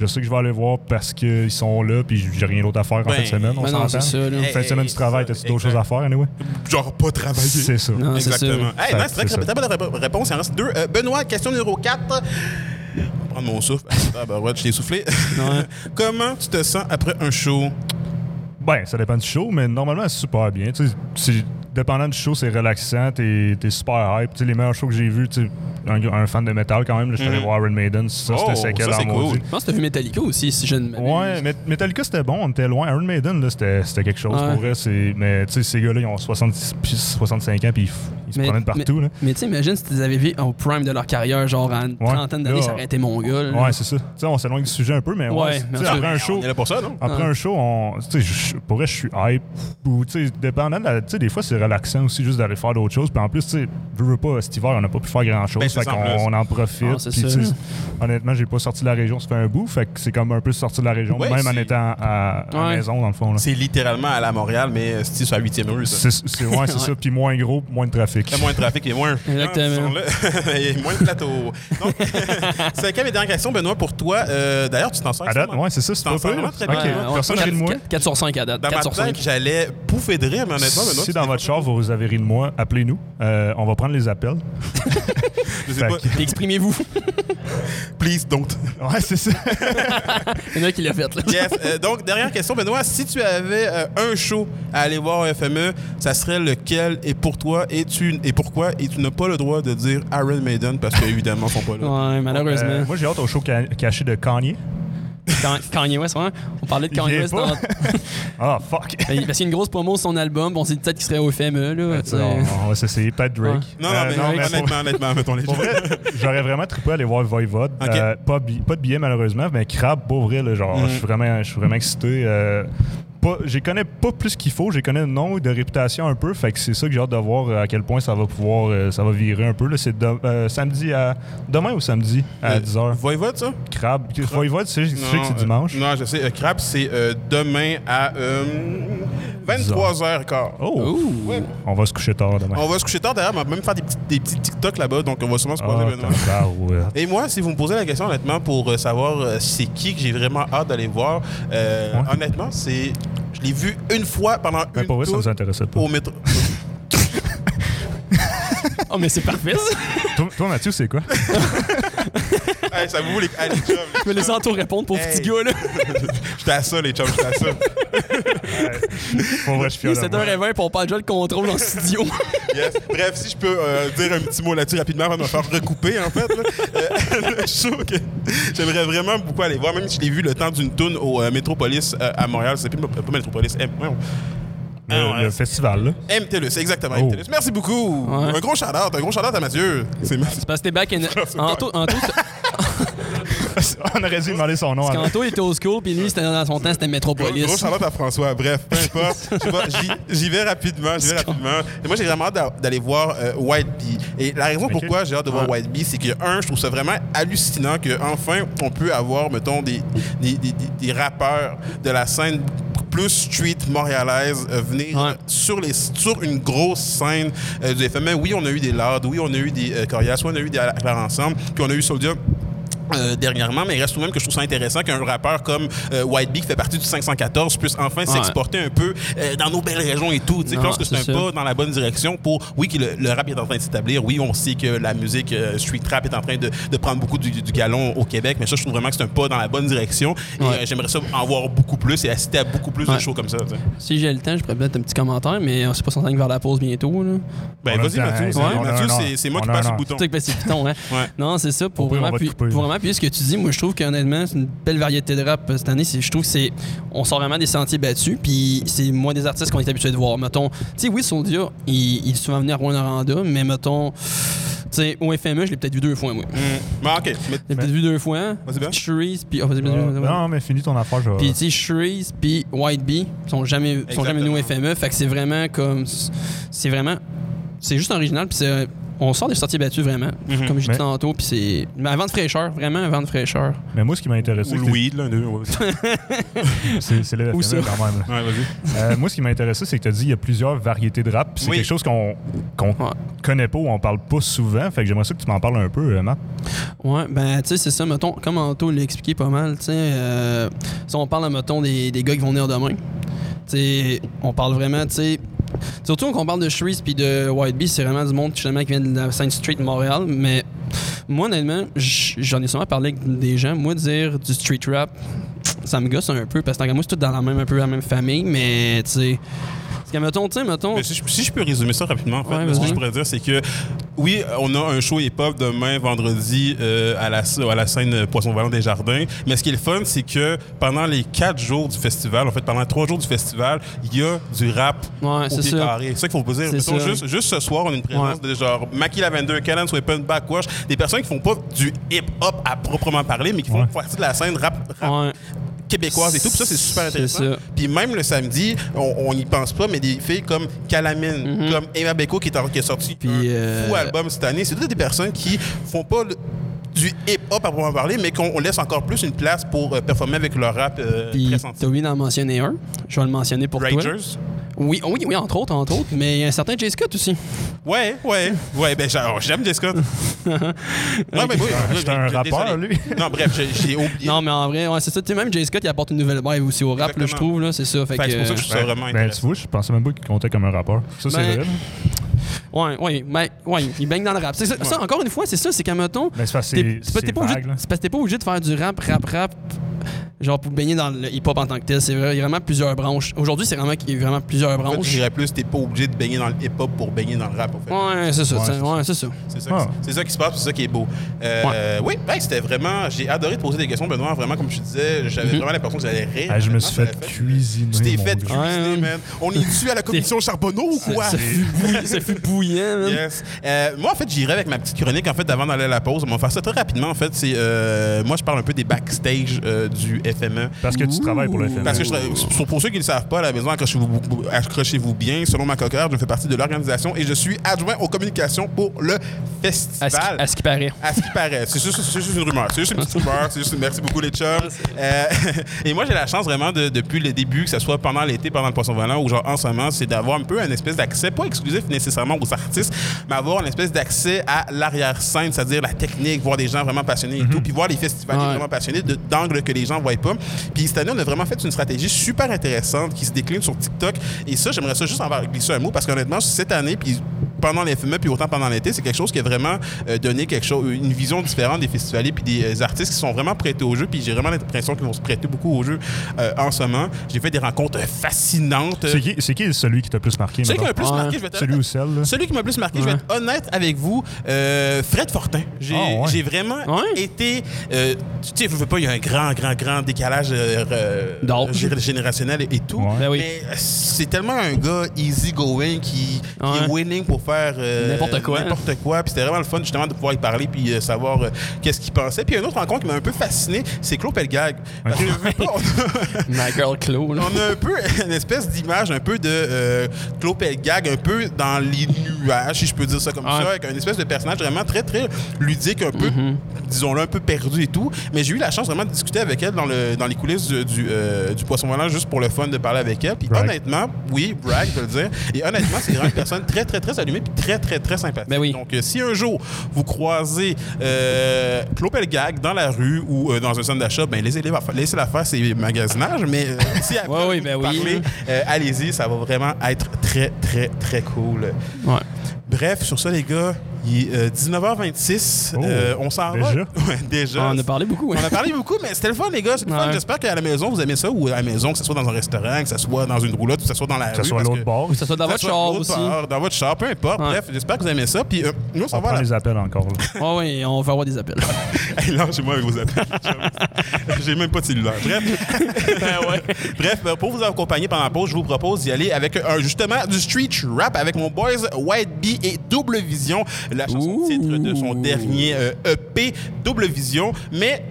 Speaker 3: je sais que je vais aller voir parce qu'ils sont là, puis j'ai rien d'autre à faire en
Speaker 1: Ben,
Speaker 3: fin de semaine, on
Speaker 2: ben non,
Speaker 3: s'entend.
Speaker 2: c'est ça, là.
Speaker 3: Fin de semaine, tu travailles, t'as-tu d'autres choses à faire, anyway?
Speaker 1: Ben, Genre pas travailler.
Speaker 3: C'est ça.
Speaker 2: Non, Ah, c'est ça.
Speaker 1: Exactement. Hey,
Speaker 3: Ça,
Speaker 1: nice, très,
Speaker 3: c'est
Speaker 1: très
Speaker 3: ça.
Speaker 1: bonne rép- réponse. Il en reste deux. Euh, Benoît, question numéro 4. On va prendre mon souffle. Ah, bah ouais, je t'ai soufflé.
Speaker 2: Ouais.
Speaker 1: Comment tu te sens après un show?
Speaker 3: Ben, ça dépend du show, mais normalement, c'est super bien. Tu sais, c'est- dépendant du show, c'est relaxant, t'es es super hype. Tu sais, les meilleurs shows que j'ai vus, tu sais, un, un fan de métal quand même, là, je suis allé
Speaker 1: Mhm.
Speaker 3: voir Iron Maiden, ça,
Speaker 1: Oh,
Speaker 3: c'était séquel
Speaker 1: ça,
Speaker 3: en
Speaker 1: c'est cool.
Speaker 3: maudit.
Speaker 2: Je pense que t'as vu Metallica aussi, si je ne m'abuse.
Speaker 3: Ouais, mais Metallica c'était bon, on était loin. Iron Maiden, là, c'était c'était quelque chose
Speaker 2: Ouais.
Speaker 3: pour vrai. c'est- Mais tu sais, ces gars-là, ils ont 60, puis 65 ans, puis ils, f- ils se
Speaker 2: Mais-
Speaker 3: promènent partout. là.
Speaker 2: Mais tu sais, imagine si tu les avais vus au prime de leur carrière, genre en une trentaine d'années,
Speaker 3: Là,
Speaker 2: ça aurait été mon gars. là.
Speaker 3: Ouais, c'est ça. Tu sais, on s'éloigne du sujet un peu, mais ouais.
Speaker 2: Mhm. Ouais,
Speaker 3: c'est-
Speaker 2: mais en
Speaker 3: tu sais,
Speaker 2: tout cas,
Speaker 3: après un show. Ah.
Speaker 1: On est là pour ça, non?
Speaker 3: Après
Speaker 2: Ouais.
Speaker 3: un show, on, tu sais, je- je- pour vrai, je suis hype. Ou, tu sais, dépendant de la- tu sais, des fois, c'est relaxant aussi juste d'aller faire d'autres choses. Puis en plus, tu sais, veux, veux pas, cet hiver, on n'a pas pu faire grand-chose.
Speaker 1: Ben, c'est
Speaker 3: fait
Speaker 1: ça, en
Speaker 3: qu'on
Speaker 1: plus.
Speaker 3: on en profite.
Speaker 2: Non, Ah, c'est
Speaker 3: Puis,
Speaker 2: ça,
Speaker 3: tu sais,
Speaker 2: là.
Speaker 3: honnêtement, j'ai pas sorti de la région. Ça fait un bout. Fait que c'est comme un peu sorti de la région,
Speaker 1: Ouais,
Speaker 3: même en
Speaker 1: c'est-
Speaker 3: étant à, à la
Speaker 2: Ouais.
Speaker 3: maison, dans le fond. là.
Speaker 1: C'est littéralement à la Montréal, mais euh, c'est sur la 8e rue, ça.
Speaker 3: C'est c'est- ouais, c'est
Speaker 2: Ouais.
Speaker 3: ça. Puis moins gros, moins de trafic.
Speaker 1: Il y a moins de trafic, il y a moins.
Speaker 2: Exactement.
Speaker 1: Ah, ils sont là. Il y a moins de plateau. Donc, cinquième et dernière question, Benoît, pour toi. Euh, D'ailleurs, tu t'en sors.
Speaker 3: À date,
Speaker 1: extrêmement-
Speaker 3: ouais, c'est ça. C'est
Speaker 1: T'en
Speaker 3: pas
Speaker 1: sors
Speaker 3: pire.
Speaker 1: vraiment très bien.
Speaker 3: Ok,
Speaker 2: Ouais, ouais,
Speaker 3: personne
Speaker 2: quatre-
Speaker 3: crie de moi.
Speaker 2: quatre- 4 sur 5 à date.
Speaker 1: Dans
Speaker 2: 4
Speaker 1: ma
Speaker 2: sur
Speaker 1: tête,
Speaker 2: 5.
Speaker 1: j'allais pouffer de rire, mais honnêtement, Benoît.
Speaker 3: Si
Speaker 1: tu
Speaker 3: dans
Speaker 1: t'es
Speaker 3: votre char, vous avez ri de moi, appelez-nous. Euh, on va prendre les appels.
Speaker 1: Je sais pas.
Speaker 3: Fait
Speaker 2: Exprimez-vous.
Speaker 1: Please don't.
Speaker 3: Ouais, c'est ça.
Speaker 2: Il y en a qui l'a fait. Là.
Speaker 1: Yes. Euh, donc, dernière question, Benoît. Si tu avais euh, un show à aller voir au FME, ça serait lequel et pour toi et, tu, et pourquoi? Et tu n'as pas le droit de dire Iron Maiden parce qu'évidemment, ils sont pas là.
Speaker 2: Ouais,
Speaker 3: Euh,
Speaker 2: malheureusement.
Speaker 3: moi, j'ai hâte au show ca- caché de Kanye.
Speaker 2: Quand Kanye West, ouais. On parlait de
Speaker 3: ben, Il
Speaker 2: Kanye West.
Speaker 3: vient pas.
Speaker 2: dans-
Speaker 3: Ah, fuck!
Speaker 2: Ben, Parce qu'il y a une grosse promo sur son album, puis on s'est dit peut-être qu'il serait au FME. Là, tu sais.
Speaker 3: on, on va s'essayer, pas de Drake.
Speaker 1: Non, non,
Speaker 3: Euh,
Speaker 1: mais,
Speaker 3: non, mais pour-
Speaker 1: honnêtement, honnêtement, mettons les
Speaker 3: pour vrai, j'aurais vraiment trippé à aller voir Voivode.
Speaker 1: Ok. Mm.
Speaker 3: Euh, pas, bi- pas de billet, malheureusement, mais Crab, pour vrai, là, genre, je suis vraiment, je suis vraiment excité. Euh, pas- je les connais pas plus qu'il faut, je les connais de nom et de réputation un peu, fait que c'est ça que j'ai hâte de voir euh, à quel point ça va pouvoir, euh, ça va virer un peu. là. C'est de- euh, samedi à. Demain ou samedi à 10h?
Speaker 1: Voivode, ça?
Speaker 3: Crab. Voivode, tu sais, je sais que c'est
Speaker 1: euh,
Speaker 3: dimanche.
Speaker 1: non, je sais. Euh, Crap, c'est euh, demain à euh, 23h15.
Speaker 3: Oh!
Speaker 2: Ouh.
Speaker 3: On va se coucher tard demain.
Speaker 1: On va se coucher tard derrière, on va même faire des petits, des petits TikTok là-bas, donc on va sûrement se croiser,
Speaker 3: Ah,
Speaker 1: Benoît.
Speaker 3: tabarouette.
Speaker 1: Et moi, si vous me posez la question honnêtement pour euh, savoir euh, c'est qui que j'ai vraiment hâte d'aller voir, euh,
Speaker 3: Ouais.
Speaker 1: honnêtement, c'est. Je l'ai vu une fois pendant
Speaker 3: Mais
Speaker 1: une
Speaker 3: Ben, pour vrai, ça
Speaker 1: tour
Speaker 3: nous intéressait pas.
Speaker 1: au métro.
Speaker 2: Oh, mais c'est parfait, ça.
Speaker 3: Toi, toi, Mathieu, c'est quoi?
Speaker 1: hey, ça vous les. Hey, les chums,
Speaker 2: Je vais laisser Anto répondre pour
Speaker 1: Hey.
Speaker 2: petit gars, là.
Speaker 1: j'étais à ça, les chums, j'étais à ça.
Speaker 3: Pour vrai, je suis
Speaker 2: Il est
Speaker 3: fier de moi.
Speaker 2: 7h20, puis on parle déjà le contrôle en studio.
Speaker 1: Yes. Bref, si je peux euh, dire un petit mot là-dessus rapidement avant de me faire recouper, en fait. là. Euh, le show que j'aimerais vraiment beaucoup aller voir, même si je l'ai vu le temps d'une tourne au euh, Metropolis euh, à Montréal. C'est plus pas Metropolis, M. voyons. Ah,
Speaker 3: Le,
Speaker 2: hein.
Speaker 1: ouais.
Speaker 3: le festival, là.
Speaker 1: MTLUS, exactement.
Speaker 3: Oh.
Speaker 1: MTLUS. Merci beaucoup.
Speaker 2: Ouais.
Speaker 1: Un gros shout-out, un gros shout-out à Mathieu. C'est ma-
Speaker 2: C'est parce que t'es back in. Anto, Anto,
Speaker 3: On aurait dû demander son nom. avant.
Speaker 2: Scanto était au school, puis lui, c'était dans son temps, c'était Metropolis.
Speaker 1: Gros Charlotte à François. Bref, peu importe. Je sais pas, j'y- J'y vais rapidement. J'y vais rapidement. Et moi, j'ai vraiment hâte d'a- d'aller voir euh, White Bee. Et la raison pourquoi j'ai hâte de voir White Bee, c'est que, un, je trouve ça vraiment hallucinant qu'enfin, on peut avoir, mettons, des, des, des- des- des rappeurs de la scène plus street montréalaise euh, venir
Speaker 2: Ouais.
Speaker 1: sur, les, sur une grosse scène euh, du FMM. Oui, on a eu des Lard, oui, on a eu des euh, Corias, oui, on a eu des Claire Ensemble, puis on a eu Soldier. euh, dernièrement, mais il reste tout de même que je trouve ça intéressant qu'un rappeur comme euh, White Bee, qui fait partie du 514, puisse enfin s'exporter un peu euh, dans nos belles régions et tout. Tu sais, Je
Speaker 2: Non,
Speaker 1: pense que c'est un
Speaker 2: c'est ça.
Speaker 1: pas dans la bonne direction pour, oui, que le, le rap est en train de s'établir, oui, on sait que la musique euh, street rap est en train de, de prendre beaucoup du, du galon au Québec, mais ça, je trouve vraiment que c'est un pas dans la bonne direction et
Speaker 2: Ouais.
Speaker 1: euh, j'aimerais ça en voir beaucoup plus et assister à beaucoup plus de
Speaker 2: Ouais.
Speaker 1: shows comme ça. tu sais.
Speaker 2: Si j'ai le temps, je pourrais peut-être un petit commentaire, mais on sait pas s'en aller vers la pause bientôt. Là.
Speaker 1: Ben,
Speaker 3: On a
Speaker 1: vas-y,
Speaker 3: le temps,
Speaker 1: Mathieu.
Speaker 3: hein,
Speaker 1: c'est-
Speaker 3: on a
Speaker 1: Mathieu,
Speaker 3: un
Speaker 1: c'est-
Speaker 3: an.
Speaker 1: c'est moi
Speaker 3: On
Speaker 1: qui
Speaker 3: a
Speaker 1: passe
Speaker 3: un
Speaker 1: le
Speaker 3: an.
Speaker 1: bouton.
Speaker 2: Tu sais que ben, c'est piton, hein?
Speaker 1: Ouais.
Speaker 2: Non, c'est ça. Pour
Speaker 3: pire, on
Speaker 2: vraiment,
Speaker 3: va te
Speaker 2: appuyer-
Speaker 3: couper, là.
Speaker 2: pour vraiment appuyer ce que tu dis, moi, je trouve qu'honnêtement, c'est une belle variété de rap euh, cette année. C'est- Je trouve que c'est. On sort vraiment des sentiers battus, puis c'est moins des artistes qu'on est habitué de voir. Mettons, tu sais, oui, Soldier, il, il est souvent venu à Rwanda, mais mettons, tu sais, au FME, je l'ai peut-être vu deux fois, moi.
Speaker 1: Hmm. Ben, ok. Mais-
Speaker 2: Je l'ai peut-être vu deux fois.
Speaker 1: Vas-y, Ben.
Speaker 2: Cherise, puis. oh, vas-y, vas-y, vas-y, vas-y.
Speaker 3: Euh, Non, mais finis ton affaire. Je... vais-
Speaker 2: Puis, tu sais, Shreeze puis White Bee sont jamais, sont jamais venus au
Speaker 1: Exactement.
Speaker 2: FME. Fait que c'est vraiment comme. C'est vraiment. C'est juste original. Puis, c'est- on sort des sorties battues vraiment. Comme je
Speaker 3: Mais-
Speaker 2: disais tantôt. Puis, c'est. Mais un vent de fraîcheur. Vraiment un vent de fraîcheur.
Speaker 3: Mais moi, ce qui m'a intéressé,
Speaker 1: Ou
Speaker 3: c'est-
Speaker 1: Louis, l'un d'eux. Ouais, vas-y.
Speaker 3: c'est c'est le
Speaker 2: Ou
Speaker 3: FME
Speaker 2: ça.
Speaker 3: quand même. là.
Speaker 1: Ouais, vas-y.
Speaker 3: Euh, moi, ce qui m'a intéressé, c'est que tu as dit qu'il y a plusieurs variétés de rap. puis C'est
Speaker 1: Oui.
Speaker 3: quelque chose qu'on qu'on
Speaker 2: Ouais.
Speaker 3: connaît pas ou on parle pas souvent. Fait que j'aimerais ça que tu m'en parles un peu, euh, Matt.
Speaker 2: Ouais, ben, tu sais, c'est ça. Mettons, comme Anto l'a expliqué pas mal, tu sais. euh, si on parle, mettons, des, des gars qui vont venir demain. Tu sais, on parle vraiment, tu sais. Surtout quand on parle de Shreeze puis de White Bee, c'est vraiment du monde finalement qui vient de la Sainte Street de Montréal. Mais moi, honnêtement, j- j'en ai souvent parlé avec des gens. Moi, dire du street rap, ça me gosse un peu parce que tant qu'à moi, c'est tout dans la même, un peu la même famille. Mais, tu sais. Parce que, mettons, tu sais, mettons.
Speaker 1: Mais si, je- si je peux résumer ça rapidement, en fait,
Speaker 2: Ouais,
Speaker 1: là, ce que
Speaker 2: vas-y.
Speaker 1: je pourrais dire, c'est que oui, on a un show hip-hop demain, vendredi, euh, à, la, à la scène Poisson-Vallon des Jardins. Mais ce qui est le fun, c'est que pendant les quatre jours du festival, en fait, pendant les trois jours du festival, il y a du rap
Speaker 2: Ouais,
Speaker 1: au
Speaker 2: c'est
Speaker 1: pied
Speaker 2: ça.
Speaker 1: carré. C'est ça qu'il faut poser.
Speaker 2: C'est
Speaker 1: Mettons,
Speaker 2: ça.
Speaker 1: Juste, juste ce soir, on a une présence de genre Mackie Lavender, Callan Weapon, Backwash, des personnes qui font pas du hip-hop à proprement parler, mais qui font
Speaker 3: Ouais.
Speaker 1: partie de la scène rap, rap
Speaker 2: Ouais.
Speaker 1: québécoise et tout. Puis ça, c'est super
Speaker 2: C'est
Speaker 1: intéressant.
Speaker 2: ça.
Speaker 1: Puis même le samedi, on n'y pense pas, mais des filles comme Calamine, comme Emma Beko qui, est en- qui a sorti
Speaker 2: Mm-hmm. Puis,
Speaker 1: un
Speaker 2: euh,
Speaker 1: fou album cette année, c'est toutes des personnes qui font pas le- du hip-hop à pouvoir parler, mais qu'on on laisse encore plus une place pour euh, performer avec leur rap euh,
Speaker 2: Puis
Speaker 1: très senti.
Speaker 2: t'as oublié d'en mentionner un. Je vais le mentionner pour toi.
Speaker 1: Rangers?
Speaker 2: Oui, oh oui, oui, entre autres, entre autres, mais il y a un certain Jay Scott aussi.
Speaker 1: Ouais, ouais, ouais, ben j'a- oh, j'aime Jay Scott. ben, non, mais oui,
Speaker 3: C'est un
Speaker 1: désolé.
Speaker 3: rappeur, lui.
Speaker 1: Non, bref, j'ai j'ai oublié.
Speaker 2: Non, mais en vrai, ouais, c'est ça. Tu sais, même Jay Scott, il apporte une nouvelle vibe aussi au rap, là, je
Speaker 1: Exactement.
Speaker 2: trouve, là, c'est ça. Fait
Speaker 1: Fait que
Speaker 2: que,
Speaker 1: c'est pour ça que je trouve ça vraiment
Speaker 3: Ben, tu
Speaker 1: intéressant.
Speaker 3: vois, je pensais même pas qu'il comptait comme un rappeur. Ça, c'est
Speaker 2: Ben-
Speaker 3: vrai. là.
Speaker 2: Ouais, ouais, ben, ouais, il baigne dans le rap. C'est ça, ça, encore une fois, c'est ça, c'est qu'à mettons.
Speaker 3: Ben, c'est parce que
Speaker 2: t'es-
Speaker 3: c'est-
Speaker 2: c'est pas- t'es
Speaker 3: c'est
Speaker 2: pas obligé
Speaker 3: vague,
Speaker 2: de-
Speaker 3: là.
Speaker 2: c'est parce que t'es pas obligé de faire du rap, rap, rap, genre pour baigner dans le hip-hop en tant que tel. C'est vrai, il y a vraiment plusieurs branches. Aujourd'hui, c'est vraiment, il y a vraiment plusieurs
Speaker 1: En fait, je
Speaker 2: branches.
Speaker 1: dirais plus, t'es pas obligé de baigner dans le hip-hop pour baigner dans le rap, en fait.
Speaker 2: Ouais, c'est ça,
Speaker 3: Ouais,
Speaker 2: t'sais,
Speaker 3: c'est ça.
Speaker 2: ouais, c'est ça.
Speaker 1: C'est ça, qui-
Speaker 3: Ah.
Speaker 1: c'est ça qui se passe, c'est ça qui est beau. Euh, Oui, ben, c'était vraiment. J'ai adoré te poser des questions, Benoît. Vraiment, comme je te disais, j'avais vraiment l'impression que j'allais rire.
Speaker 3: Mhm. Ah, je me suis
Speaker 1: Vraiment,
Speaker 3: fait
Speaker 1: j'avais
Speaker 3: cuisiner.
Speaker 1: Tu t'es
Speaker 3: mon
Speaker 1: fait
Speaker 3: gars.
Speaker 1: cuisiner,
Speaker 2: Ouais,
Speaker 1: man. On est tu à la commission Charbonneau ou quoi?
Speaker 2: Ça, ça fut bouillant, ça fut bouillant, man.
Speaker 1: Yes. Euh, moi, en fait, j'irai avec ma petite chronique, en fait, avant d'aller à la pause. On va faire ça très rapidement, en fait. C'est, euh, moi, je parle un peu des backstage euh, du FME.
Speaker 3: Parce que tu travailles pour le E. FME.
Speaker 1: Parce que je tra- pour- pour ceux qui ne le savent pas, à la maison, accrochez-vous, beaucoup- accrochez-vous bien. Selon ma coqueur, je fais partie de l'organisation et je suis adjoint aux communications pour le
Speaker 2: À ce,
Speaker 1: festival.
Speaker 2: qui- à ce qui paraît.
Speaker 1: À ce qui paraît. C'est juste, c'est juste une rumeur. C'est juste une petite rumeur. C'est juste une- merci beaucoup, les chums. Euh, et moi, j'ai la chance vraiment de- depuis le début, que ce soit pendant l'été, pendant le poisson volant ou genre en ce moment, c'est d'avoir un peu un espèce d'accès, pas exclusif nécessairement aux artistes, mais avoir une espèce d'accès à l'arrière-scène, c'est-à-dire la technique, voir des gens vraiment passionnés et tout, puis voir les festivals
Speaker 2: Ouais.
Speaker 1: vraiment passionnés de- d'angles que les gens ne voient pas. Puis cette année, on a vraiment fait une stratégie super intéressante qui se décline sur TikTok. Et ça, j'aimerais ça juste en glisser un mot parce qu'honnêtement, cette année, puis pendant les FME, puis autant pendant l'été, c'est quelque chose qui a vraiment euh, donné quelque chose, une vision différente des festivaliers puis des euh, artistes qui sont vraiment prêtés au jeu. Puis j'ai vraiment l'impression qu'ils vont se prêter beaucoup au jeu euh, en ce moment. J'ai fait des rencontres euh, fascinantes.
Speaker 3: C'est qui, c'est qui celui qui t'a le plus marqué?
Speaker 1: Celui qui m'a le
Speaker 3: mettons?
Speaker 1: plus
Speaker 2: Ouais.
Speaker 1: marqué, je vais te-
Speaker 3: Celui ou celle? là?
Speaker 1: celui qui m'a le plus marqué, je vais
Speaker 2: Ouais.
Speaker 1: être honnête avec vous, euh, Fred Fortin. J'ai
Speaker 3: Ah ouais.
Speaker 1: j'ai vraiment
Speaker 2: Ouais.
Speaker 1: été. euh, tu sais, je veux pas, il y a un grand, grand, grand décalage euh, euh,
Speaker 2: D'âge.
Speaker 1: gé- générationnel et, et tout. euh,
Speaker 3: Ouais.
Speaker 2: Ben oui.
Speaker 1: Mais c'est tellement un gars easy going qui, qui
Speaker 2: Ouais.
Speaker 1: est winning pour faire euh,
Speaker 2: N'importe quoi.
Speaker 1: N'importe quoi. Puis c'était vraiment le fun justement de pouvoir y parler puis euh, savoir euh, qu'est-ce qu'il pensait. Puis une autre rencontre qui m'a un peu fasciné, c'est Claude Pelgag. Parce que, veux pas, on-
Speaker 2: My girl Clo, là.
Speaker 1: on a un peu une espèce d'image un peu de euh, Claude Pelgag, un peu dans les nuages, si je peux dire ça comme
Speaker 2: Ah.
Speaker 1: ça, avec un espèce de personnage vraiment très, très ludique, un peu,
Speaker 2: Mm-hmm.
Speaker 1: disons-le, un peu perdu et tout. Mais j'ai eu la chance vraiment de discuter avec elle dans, le, dans les coulisses du, du, euh, du Poisson Volant, juste pour le fun de parler avec elle. Puis
Speaker 3: Bragg.
Speaker 1: honnêtement, oui, brag, je veux le dire. Et honnêtement, c'est vraiment une personne très, très, très allumée puis très, très, très sympathique.
Speaker 2: Ben oui.
Speaker 1: Donc, donc, euh, si un jour vous croisez euh, Clopelgag dans la rue ou euh, dans un centre d'achat, ben laissez-les fa- laissez-la faire ses magasinages. Mais euh, si après
Speaker 2: Ouais, oui,
Speaker 1: vous
Speaker 2: ben oui.
Speaker 1: parlez, euh, allez-y, ça va vraiment être très, très, très cool.
Speaker 2: Ouais.
Speaker 1: Bref, sur ça, les gars, il est euh, 19h26.
Speaker 3: Oh,
Speaker 1: Euh, on s'en va.
Speaker 3: déjà?
Speaker 1: Ouais, déjà.
Speaker 2: On en a parlé beaucoup. hein.
Speaker 1: On a parlé beaucoup, mais c'était le fun, les gars. C'était le fun.
Speaker 2: Ouais.
Speaker 1: J'espère qu'à la maison, vous aimez ça, ou à la maison, que ce soit dans un restaurant, que ce soit dans une roulotte, que ce soit dans la rue.
Speaker 3: Que ce soit
Speaker 1: parce
Speaker 3: l'autre
Speaker 1: que-
Speaker 3: bord.
Speaker 2: Ou ça soit dans
Speaker 1: que
Speaker 2: votre
Speaker 1: ce soit hein.
Speaker 2: char
Speaker 1: l'autre
Speaker 2: aussi.
Speaker 1: bord, Dans votre char, peu importe.
Speaker 2: Ouais.
Speaker 1: Bref, j'espère que vous aimez ça. Puis euh, nous, on s'en
Speaker 3: On
Speaker 1: va à
Speaker 3: prend
Speaker 1: la-
Speaker 3: les appels encore. là.
Speaker 2: Ouais, ouais, on va avoir des appels.
Speaker 1: Hey, Lâchez-moi un gros appel. J'ai même pas de cellulaire. Bref. Bref, euh, pour vous accompagner pendant la pause, je vous propose d'y aller avec euh, justement du street rap avec mon boys White Bee et Double Vision, la chanson
Speaker 2: Ouh.
Speaker 1: titre de son dernier euh, EP Double Vision, mais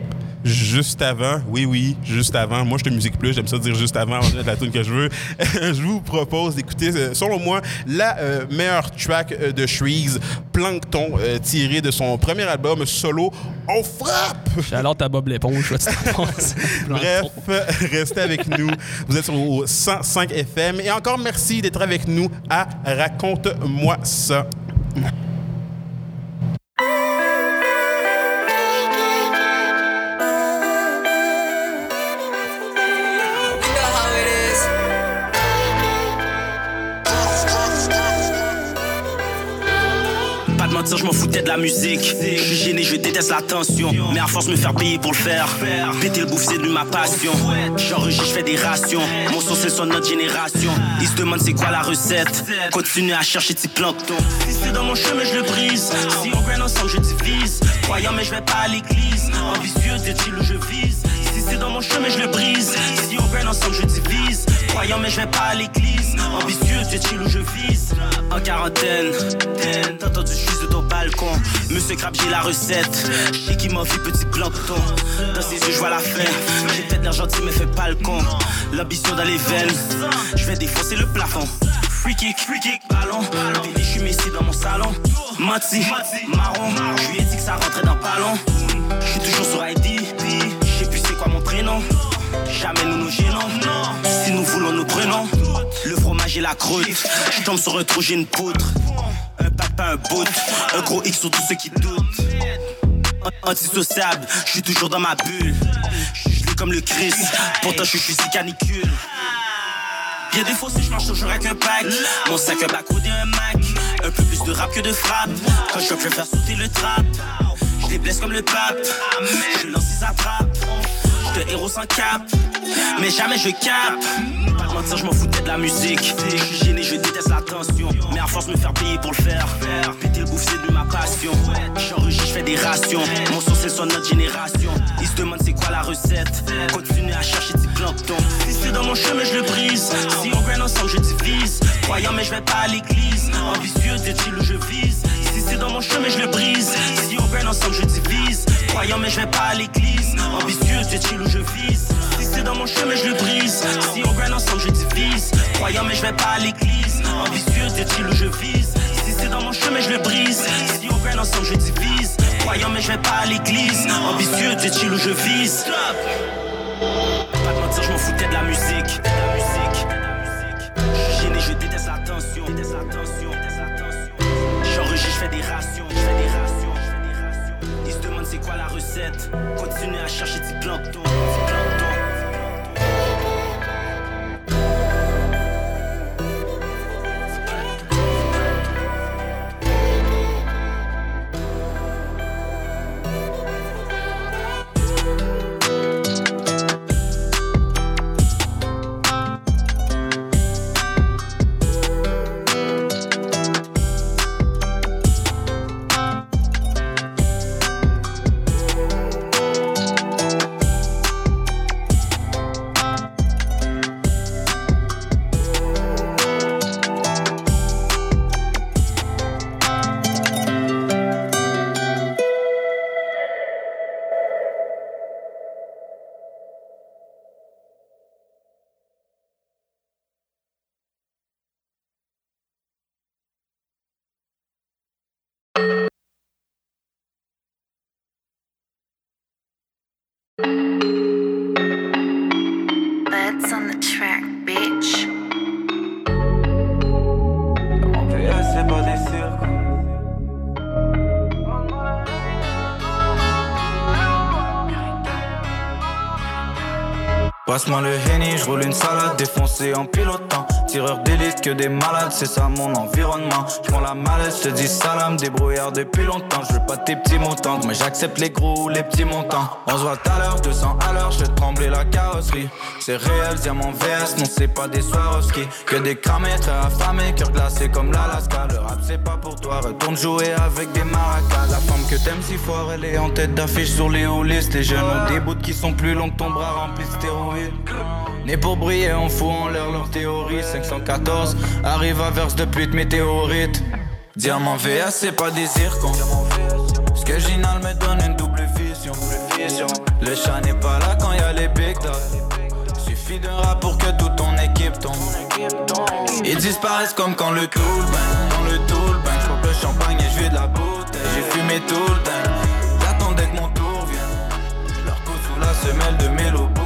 Speaker 1: Juste avant, oui, oui, juste avant. Moi, je te musique plus, j'aime ça dire juste avant, avant de mettre la tune que je veux. je vous propose d'écouter, euh, selon moi, la euh, meilleure track euh, de Shreeze, Plankton, euh, tirée de son premier album solo, On frappe!
Speaker 2: Alors, t'as Bob l'éponge, je sais pas si t'en penses.
Speaker 1: Bref, restez avec nous. Vous êtes sur au 105 FM. Et encore merci d'être avec nous à Raconte-moi ça.
Speaker 4: You know how it is.
Speaker 5: Pas de mentir, je m'en foutais de la musique. Je suis gêné, je déteste la tension. Mais à force, me faire payer pour le faire. Péter le bouffe, c'est de ma passion. J'enregistre, je fais des rations. Mon son, c'est le son de notre génération. Ils se demandent c'est quoi la recette. Continue à chercher petit plancton. Si c'est dans mon chemin, je le brise. Si on graine ensemble, je divise. Croyant, mais je vais pas à l'église. Ambitieux, dit-il où je vise. Si c'est dans mon chemin, je le brise. Si on graine ensemble, je divise. Croyant, mais je vais pas à l'église. Ambitieux, dit-il où je vise. En quarantaine, t'as entendu, je suis de ton balcon. Monsieur Crab, j'ai la recette. J'ai qui m'envie, petit plancton. Dans ses yeux, je vois la fin. J'ai peut-être l'argent, mais fais pas le con. L'ambition dans les veines, je vais défoncer le plafond. Free kick, free kick, ballon. Bébé, je suis Messi dans mon salon. Mati, marron. Je lui ai dit que ça rentrait dans ballon. Je suis toujours sur ID. Je sais plus c'est quoi mon prénom. Jamais nous nous gênons. Si nous voulons, nous prenons. Le fromage et la croûte. Je tombe sur un trou, j'ai une poutre. Un papa, un bout. Un gros X sur tous ceux qui doutent. Antisociable, je suis toujours dans ma bulle. Je suis gelé comme le Christ, pourtant je suis physique canicule. Y'a des fois si je marche toujours avec un pack. Mon sac un bac et un Mac. Un peu plus de rap que de frappe. Quand je peux faire sauter le trap. Je les blesse comme le pape. Je lance les attrapes. Je te héros sans cap. Mais jamais je cap. Pas de mentir, je m'en foutais de la musique. Je suis gêné, je déteste la tension. Mais à force, me faire payer pour le faire. Péter le bouffe, c'est de ma passion. J'enregistre, je fais des rations. Mon son, c'est le son de notre génération. Ils se demandent c'est quoi la recette. Continue à chercher du plancton. Si c'est dans mon chemin, je le brise. Si on graine ensemble, je divise. Croyant, mais je vais pas à l'église. Ambitieux, dit-il où je vise. Si c'est dans mon chemin, je le brise. Si on graine ensemble, je divise. Croyant, mais je vais pas à l'église. Ambitieux, dit-il où je vise. Si c'est dans mon chemin, je le brise. Si on graine ensemble, je divise. Croyant, mais je vais pas à l'église. Ambitieux, dit-il où je vise. Si c'est dans mon chemin, je le brise. Si on graine ensemble, je divise. Croyant, mais je vais pas à l'église. Ambitieux, dit-il où je vise. Pas de mentir, je m'en foutais de la musique. De la musique, de la musique. Je suis gêné, je déteste la tension. Déteste la tension, déteste la tension. J'enregistre, je fais des rations. Je fais des rations, je fais des rations. Ils se demandent c'est quoi la recette. Continuez à chercher du plancton. Du plancton, du plancton.
Speaker 6: Passe-moi le henny, je roule une salade défoncée en pilotant. Tireur d'élite que des malades, c'est ça mon environnement. Je prends la malade, je te dis salam, débrouillard depuis longtemps. Je veux pas tes petits montants, mais j'accepte les gros ou les petits montants. On se voit tout à l'heure, 200 à l'heure, je vais trembler la carrosserie. C'est réel, diamant VS, non c'est pas des Swarovski. Que des cramés, très affamés, cœur glacé comme l'Alaska. Le rap c'est pas pour toi, retourne jouer avec des maracas. La femme que t'aimes si fort, elle est en tête d'affiche sur les hauts listes. Les jeunes ont des bouts qui sont plus longs que ton bras rempli de stéroïdes. Né pour briller, on fout en l'air leur théorie. 514 arrive à verse de pluie de météorite. Diamant VS, c'est pas des zircons. Ce que Ginal me donne une double vision. Le chat n'est pas là quand y a les big dogs. Suffit d'un rap pour que toute ton équipe tombe. Ils disparaissent comme quand le tool bang. Dans le tool bang, j'pompe le champagne et j'vide la bouteille. J'ai fumé tout le temps. J'attendais que mon tour vienne. Je leur coupe sous la semelle de mélo boutin.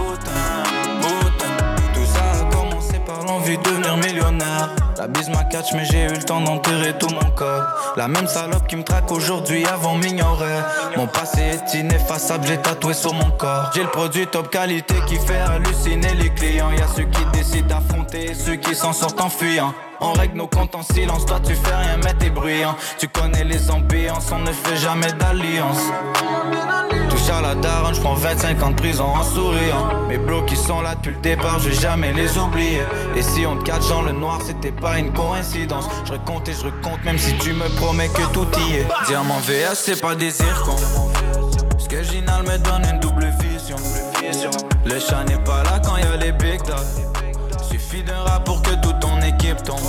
Speaker 6: Boutin. Tout ça a commencé par l'envie de devenir millionnaire. La bise m'a catch, mais j'ai eu le temps d'enterrer tout mon corps. La même salope qui me traque aujourd'hui avant m'ignorait. Mon passé est ineffaçable, j'ai tatoué sur mon corps. J'ai le produit top qualité qui fait halluciner les clients. Y'a ceux qui décident d'affronter et ceux qui s'en sortent en fuyant. On règle nos comptes en silence, toi tu fais rien mais t'es bruyant Tu connais les ambiances, on ne fait jamais d'alliance Touche à la daronne, j'prends 25 ans de prison en souriant Mes blocs qui sont là depuis le départ, je vais jamais les oublier Et si on te cache dans le noir, c'était pas une coïncidence Je recompte et je recompte même si tu me promets que tout y est Diamant VS, c'est pas des zircons Ce que Ginal me donne une double vision Le chat n'est pas là quand y a les big dogs Suffit d'un rap pour que toute ton équipe tombe.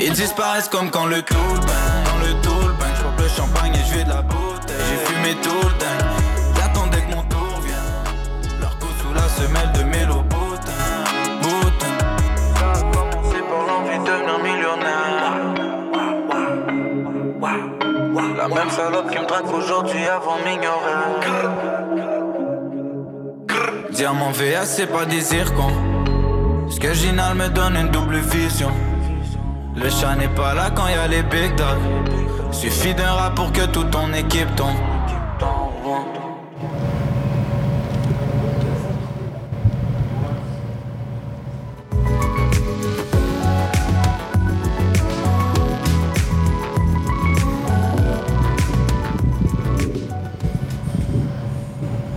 Speaker 6: Ils disparaissent comme quand le tool bang. Dans le tool bang, j'pompe le champagne et j'vide la bouteille. J'ai fumé tout le temps. J'attendais que mon tour vienne. Leur coup sous la semelle de mélo boutin. Boutin. Ça a commencé par l'envie de devenir millionnaire. La même salope qui me drague aujourd'hui avant m'ignorer. Diamant VS, c'est pas des zircons. Ce que Ginal me donne une double vision. Le chat n'est pas là quand y a les big dogs. Suffit d'un rap pour que toute ton équipe tombe.
Speaker 1: minutes.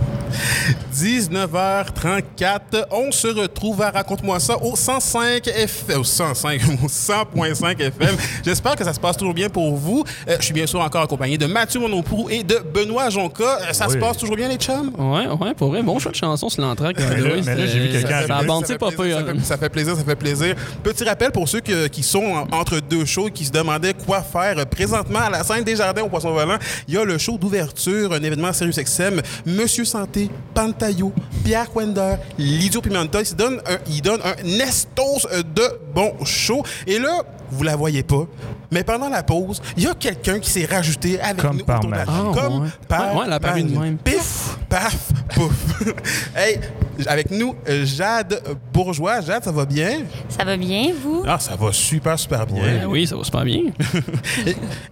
Speaker 1: 19h34. On se retrouve à Raconte-moi ça au 105 FM. Au 105, au 100.5 FM. J'espère que ça se passe toujours bien pour vous. Euh, je suis bien sûr encore accompagné de Mathieu Monoprou et de Benoît Jonca. Euh, ça se
Speaker 3: Oui.
Speaker 1: passe toujours bien, les chums?
Speaker 2: Ouais, ouais, pour vrai, bon choix de chanson sur l'entraque. euh,
Speaker 3: là, mais là, j'ai vu quelqu'un
Speaker 2: Ça
Speaker 3: arriver,
Speaker 2: abandonne
Speaker 1: Ça fait
Speaker 2: pas
Speaker 1: plaisir,
Speaker 2: peu.
Speaker 1: ça fait- Ça fait plaisir, ça fait plaisir. Petit rappel pour ceux que- qui sont en- entre deux shows, qui se demandaient quoi faire présentement à la scène des Jardins au Poisson Volant. Il y a le show d'ouverture, un événement Sirius XM. Monsieur Santé, Pantayo, Pierre Quender, Lidio Pimentel, ils donnent un, ils donnent un estos de bon show. Et là, vous la voyez pas, mais pendant la pause, il y a quelqu'un qui s'est rajouté avec
Speaker 3: Comme
Speaker 1: nous
Speaker 3: par
Speaker 1: autour de la
Speaker 3: magie.
Speaker 1: table.
Speaker 2: Ah,
Speaker 1: Comme
Speaker 2: ouais.
Speaker 1: par
Speaker 2: Ouais, ouais, elle a paru de
Speaker 1: magie.
Speaker 2: même.
Speaker 1: Pif, paf, pouf. hey, avec nous, euh, Jade Bourgeois. Jade, ça va bien?
Speaker 7: Ça va bien, vous?
Speaker 1: Ah, ça va super, super
Speaker 2: Ben oui, ça va super bien.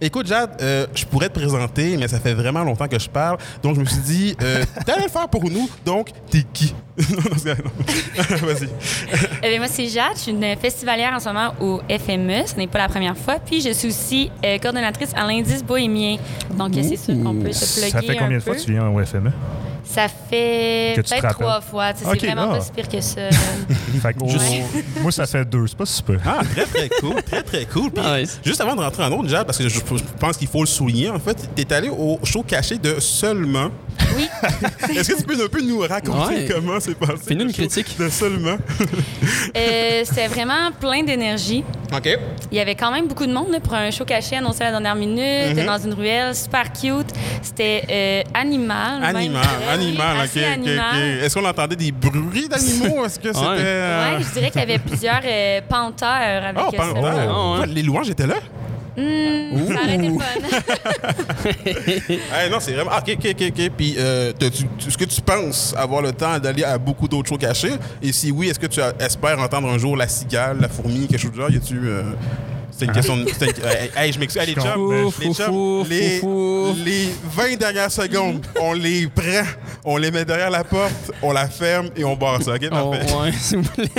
Speaker 1: Écoute, Jade, euh, je pourrais te présenter, mais ça fait vraiment longtemps que je parle. Donc, je me suis dit, euh, t'allais le faire pour nous, donc t'es qui? Non, non, c'est- non. Vas-y.
Speaker 3: Ah.
Speaker 7: Eh bien, moi, c'est Jade. Je suis une euh, festivalière en ce moment au FME. Ce n'est pas la première fois. Puis, je suis aussi euh, coordonnatrice à l'indice bohémien. Donc, euh, c'est sûr qu'on peut se plugger
Speaker 3: Mmh. Ça fait combien de
Speaker 7: un
Speaker 3: fois
Speaker 7: peu.
Speaker 3: que tu viens au FME?
Speaker 7: Ça fait
Speaker 3: Que tu te
Speaker 7: peut-être
Speaker 3: rappelles.
Speaker 7: trois fois. Tu sais,
Speaker 3: Ok,
Speaker 7: c'est vraiment
Speaker 3: ah.
Speaker 7: pas si pire que ça.
Speaker 3: Fait que,
Speaker 7: Juste-
Speaker 3: Moi, ça fait deux. C'est pas super.
Speaker 1: Ah, très, très cool, très, très cool. Puis,
Speaker 2: Nice.
Speaker 1: Juste avant de rentrer en autre, Jade, parce que je, je pense qu'il faut le souligner, en fait, t'es allé au show caché de Seulement.
Speaker 7: oui.
Speaker 1: Est-ce que tu peux un peu nous raconter
Speaker 2: Ouais.
Speaker 1: comment c'est passé?
Speaker 2: Fais-nous
Speaker 1: le
Speaker 2: une
Speaker 1: show
Speaker 2: critique.
Speaker 1: De Seulement.
Speaker 7: Euh, C'était vraiment plein d'énergie.
Speaker 1: OK.
Speaker 7: Il y avait quand même beaucoup de monde là, pour un show caché annoncé à la dernière minute,
Speaker 3: Mhm.
Speaker 7: dans une ruelle, super cute. C'était euh, animal. même.
Speaker 1: Animal,
Speaker 7: Oui,
Speaker 1: animal, ok,
Speaker 7: assez
Speaker 1: ok,
Speaker 7: animal.
Speaker 1: ok. Est-ce qu'on entendait des bruits d'animaux? Est-ce que c'était.
Speaker 2: Ouais.
Speaker 3: Ah.
Speaker 1: euh,
Speaker 7: Ouais, je dirais qu'il y avait plusieurs euh, panthères avec
Speaker 1: Oh,
Speaker 7: euh,
Speaker 1: pardon.
Speaker 7: ça.
Speaker 2: Ah, ouais.
Speaker 1: Ouais, Les louanges étaient là?
Speaker 7: Hmm, ça aurait été le fun.
Speaker 1: Eh, non, c'est vraiment. Ah, ok, ok, ok, ok. Puis, euh, t'as-tu- tu- est-ce que tu penses avoir le temps d'aller à beaucoup d'autres shows cachés? Et si oui, est-ce que tu as- espères entendre un jour la cigale, la fourmi, quelque chose du genre? Y a-tu. euh, C'est une question de. c'est une- Hey, hey, je m'excuse. Allez,
Speaker 3: Je
Speaker 1: chum,
Speaker 2: comprends.
Speaker 1: les, chums,
Speaker 2: Foufou,
Speaker 1: les,
Speaker 2: foufou.
Speaker 1: les 20 dernières secondes, on les prend, on les met derrière la porte, on la ferme et on barre ça. OK,
Speaker 2: Oh,
Speaker 1: parfait.
Speaker 2: ouais, s'il vous plaît.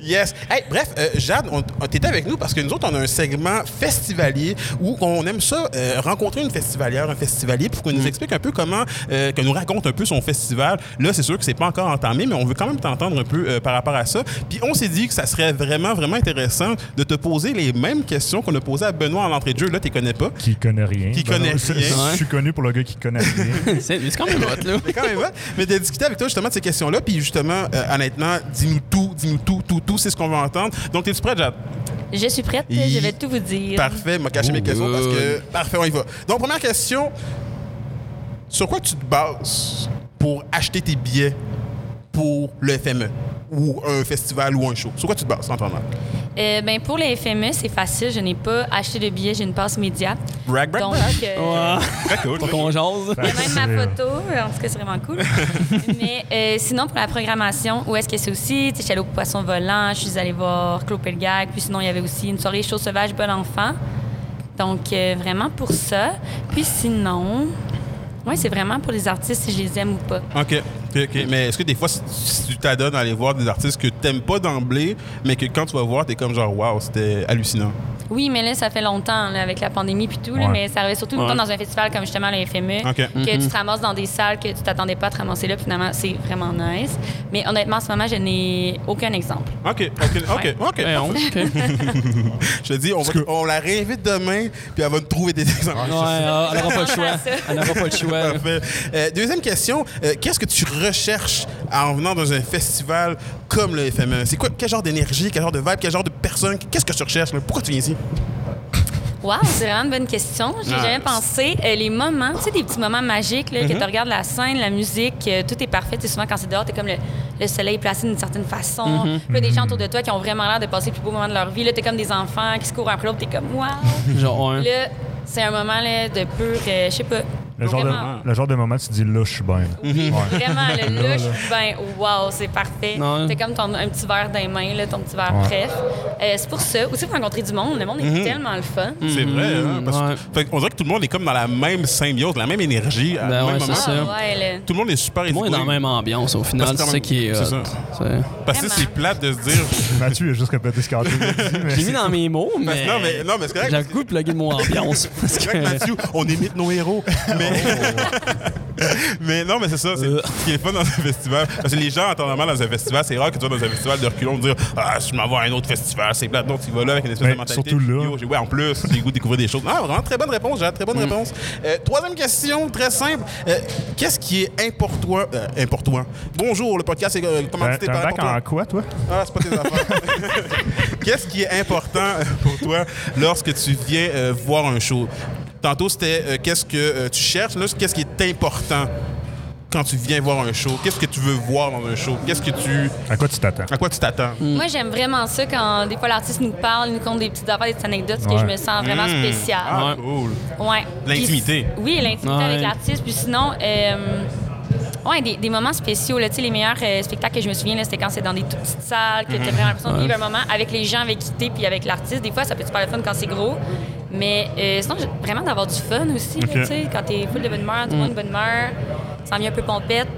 Speaker 1: Yes. Hey, bref, euh, Jade, on- on- t'étais avec nous parce que nous autres, on a un segment festivalier où on aime ça, euh, rencontrer une festivalière, un festivalier, pour qu'on nous explique un peu comment, euh, que nous raconte un peu son festival. Là, c'est sûr que c'est pas encore entamé, mais on veut quand même t'entendre un peu euh, par rapport à ça. Puis on s'est dit que ça serait vraiment, vraiment intéressant de te poser les mêmes questions qu'on a posées à Benoît en entrée de jeu. Là, t'y connais pas.
Speaker 3: Qui connaît rien. Ben
Speaker 1: Qui connaît
Speaker 3: non, c'est-
Speaker 1: rien.
Speaker 3: Je suis connu pour le gars qui connaît rien.
Speaker 2: C'est c'est quand même hot, là.
Speaker 1: Mais quand même, ouais. mais de discuter avec toi justement de ces questions-là, puis justement, euh, honnêtement, dis-nous tout, dis-nous tout, tout, tout, c'est ce qu'on veut entendre. Donc, es-tu prête, Jade?
Speaker 7: Je suis prête,
Speaker 1: Il-
Speaker 7: je vais tout vous dire.
Speaker 1: Parfait, il m'a caché mes
Speaker 2: Ouh,
Speaker 1: questions parce que.
Speaker 2: good.
Speaker 1: Parfait, on y va. Donc, première question. Sur quoi tu te bases pour acheter tes billets pour le FME ou un festival ou un show? Sur quoi tu te bases, en temps normal?
Speaker 7: Euh, ben, pour les FME, c'est facile. Je n'ai pas acheté de billet, j'ai une passe média.
Speaker 1: Brag, brag,
Speaker 7: Donc,
Speaker 1: brag.
Speaker 7: euh,
Speaker 2: Ouais.
Speaker 1: Très cool.
Speaker 2: Faut qu'on jase.
Speaker 7: Il y a même ma photo, euh, en tout cas, c'est vraiment cool. Mais euh, sinon, pour la programmation, où est-ce que c'est aussi? Tu sais, je suis allée au Poisson Volant, je suis allée voir Claude Pelgag, puis sinon, il y avait aussi une soirée Chaud Sauvage, Bon Enfant. Donc, euh, vraiment pour ça. Puis sinon, oui, c'est vraiment pour les artistes si je les aime ou pas.
Speaker 1: OK. OK, ok. Mais est-ce que des fois, si- si tu t'adonnes à aller voir des artistes que t'aimes pas d'emblée, mais que quand tu vas voir, t'es comme genre, waouh, c'était hallucinant?
Speaker 7: Oui, mais là, ça fait longtemps, là, avec la pandémie puis tout, là,
Speaker 3: Ouais.
Speaker 7: mais ça arrivait surtout
Speaker 2: Ouais.
Speaker 7: mettons, dans un festival comme justement le FME,
Speaker 1: OK.
Speaker 7: que tu te ramasses dans des salles que tu t'attendais pas à te ramasser là, puis finalement, c'est vraiment nice. Mais honnêtement, en ce moment, je n'ai aucun exemple.
Speaker 1: OK. OK. OK.
Speaker 7: Ouais.
Speaker 1: OK.
Speaker 2: Eh, on- ok. Ouais,
Speaker 1: Je te dis, on, va- on la réinvite demain, puis elle va nous trouver des exemples.
Speaker 2: euh, elle n'aura pas le choix. Elle n'aura pas le choix.
Speaker 1: Parfait. Euh, deuxième question, euh, qu'est-ce que tu recherches en venant dans un festival comme le FME? C'est quoi, quel genre d'énergie, quel genre de vibe, quel genre de personne? Qu'est-ce que tu recherches? là? Pourquoi tu viens ici?
Speaker 7: Wow, c'est vraiment une bonne question. J'ai
Speaker 1: Nice.
Speaker 7: jamais pensé. Euh, les moments, tu sais, des petits moments magiques, là, que tu regardes la scène, la musique, euh, tout est parfait. Tu sais, souvent, quand c'est dehors, t'es comme le, le soleil placé d'une certaine façon. Puis là, des gens autour de toi qui ont vraiment l'air de passer le plus beau moment de leur vie. Là, t'es comme des enfants qui se courent après l'autre. T'es comme, wow.
Speaker 2: Genre, un.
Speaker 7: là, c'est un moment là, de pur, euh, je sais pas.
Speaker 3: Le genre,
Speaker 7: vraiment,
Speaker 3: de, le genre de moment, tu te dis là, je suis bien. Ouais.
Speaker 7: Vraiment, le là, je suis bien, wow, c'est parfait.
Speaker 2: Ouais.
Speaker 7: C'est comme ton, un petit verre dans les mains, là, ton petit verre
Speaker 3: Ouais.
Speaker 7: bref. Euh, c'est pour ça. Aussi, pour rencontrer du monde. Le monde est tellement le fun.
Speaker 1: C'est vrai,
Speaker 2: hein, parce que- ouais.
Speaker 1: on dirait que tout le monde est comme dans la même symbiose, la même énergie, à
Speaker 2: Ben
Speaker 1: le même
Speaker 2: ouais,
Speaker 1: moment.
Speaker 2: c'est ça.
Speaker 7: Ah, ouais, le-
Speaker 1: Tout le monde est super
Speaker 2: Moi, on est dans la même ambiance au final.
Speaker 1: Parce que
Speaker 2: C'est
Speaker 1: quand
Speaker 2: ça
Speaker 1: même-
Speaker 2: qui est.
Speaker 1: c'est
Speaker 2: hot. C'est-
Speaker 1: Parce que c'est
Speaker 7: Vraiment.
Speaker 1: plate de se dire.
Speaker 3: Mathieu a juste répété ce qu'il a dit.
Speaker 2: Je l'ai mis dans mes mots, mais.
Speaker 1: non, mais, non, mais c'est correct.
Speaker 2: J'ai le goût de plugger le mot ambiance. Parce
Speaker 1: C'est
Speaker 2: que.
Speaker 1: correct, Mathieu, on imite nos héros. Mais, mais non, mais c'est ça. C'est
Speaker 2: Euh.
Speaker 1: ce qui est fun dans un festival. Parce que les gens, entendamment, dans un festival, c'est rare que tu vas dans un festival de reculons dire Ah, si je m'en vais à un autre festival, c'est plate. Donc, tu vas là avec une espèce
Speaker 3: Mais
Speaker 1: de mentalité.
Speaker 3: surtout là.
Speaker 1: Yo, j'ai- ouais, en plus, j'ai le goût de découvrir des choses. Ah, vraiment, très bonne réponse, j'ai très bonne réponse. Euh, troisième question, très simple. Euh, Qu'est-ce qui est important? euh, important. Bonjour, le podcast est euh,
Speaker 3: T'as
Speaker 1: commandité
Speaker 3: Ben, t'as un
Speaker 1: par
Speaker 3: bac
Speaker 1: Important.
Speaker 3: en quoi, toi?
Speaker 1: Ah, c'est pas tes affaires. Qu'est-ce qui est important euh, pour toi lorsque tu viens euh, voir un show? Tantôt, c'était euh, qu'est-ce que euh, tu cherches. Là, c'est qu'est-ce qui est important quand tu viens voir un show? Qu'est-ce que tu veux voir dans un show? Qu'est-ce que tu...
Speaker 3: À quoi tu t'attends?
Speaker 1: À quoi tu t'attends?
Speaker 7: Moi, j'aime vraiment ça quand des fois l'artiste nous parle, il nous compte des petites affaires, des petites anecdotes, parce que
Speaker 3: Ouais.
Speaker 7: je me sens vraiment spéciale.
Speaker 1: Ah,
Speaker 2: Ouais.
Speaker 1: cool.
Speaker 7: Ouais.
Speaker 1: L'intimité.
Speaker 7: Puis, Oui, l'intimité
Speaker 2: Ouais.
Speaker 7: avec l'artiste. Puis sinon, euh, ouais, des, des moments spéciaux. là. Tu sais, les meilleurs euh, spectacles que je me souviens, là, c'était quand c'est dans des toutes petites salles, que tu vraiment l'impression de vivre un moment avec les gens avec qui t'es, puis avec l'artiste. Des fois, ça peut être super le fun quand c'est gros. Mais euh, sinon, j'ai- vraiment d'avoir du fun aussi. là,
Speaker 3: Ok.
Speaker 7: tu sais, quand t'es full de bonne humeur, tout le monde de bonne humeur, ça vient un peu pompette.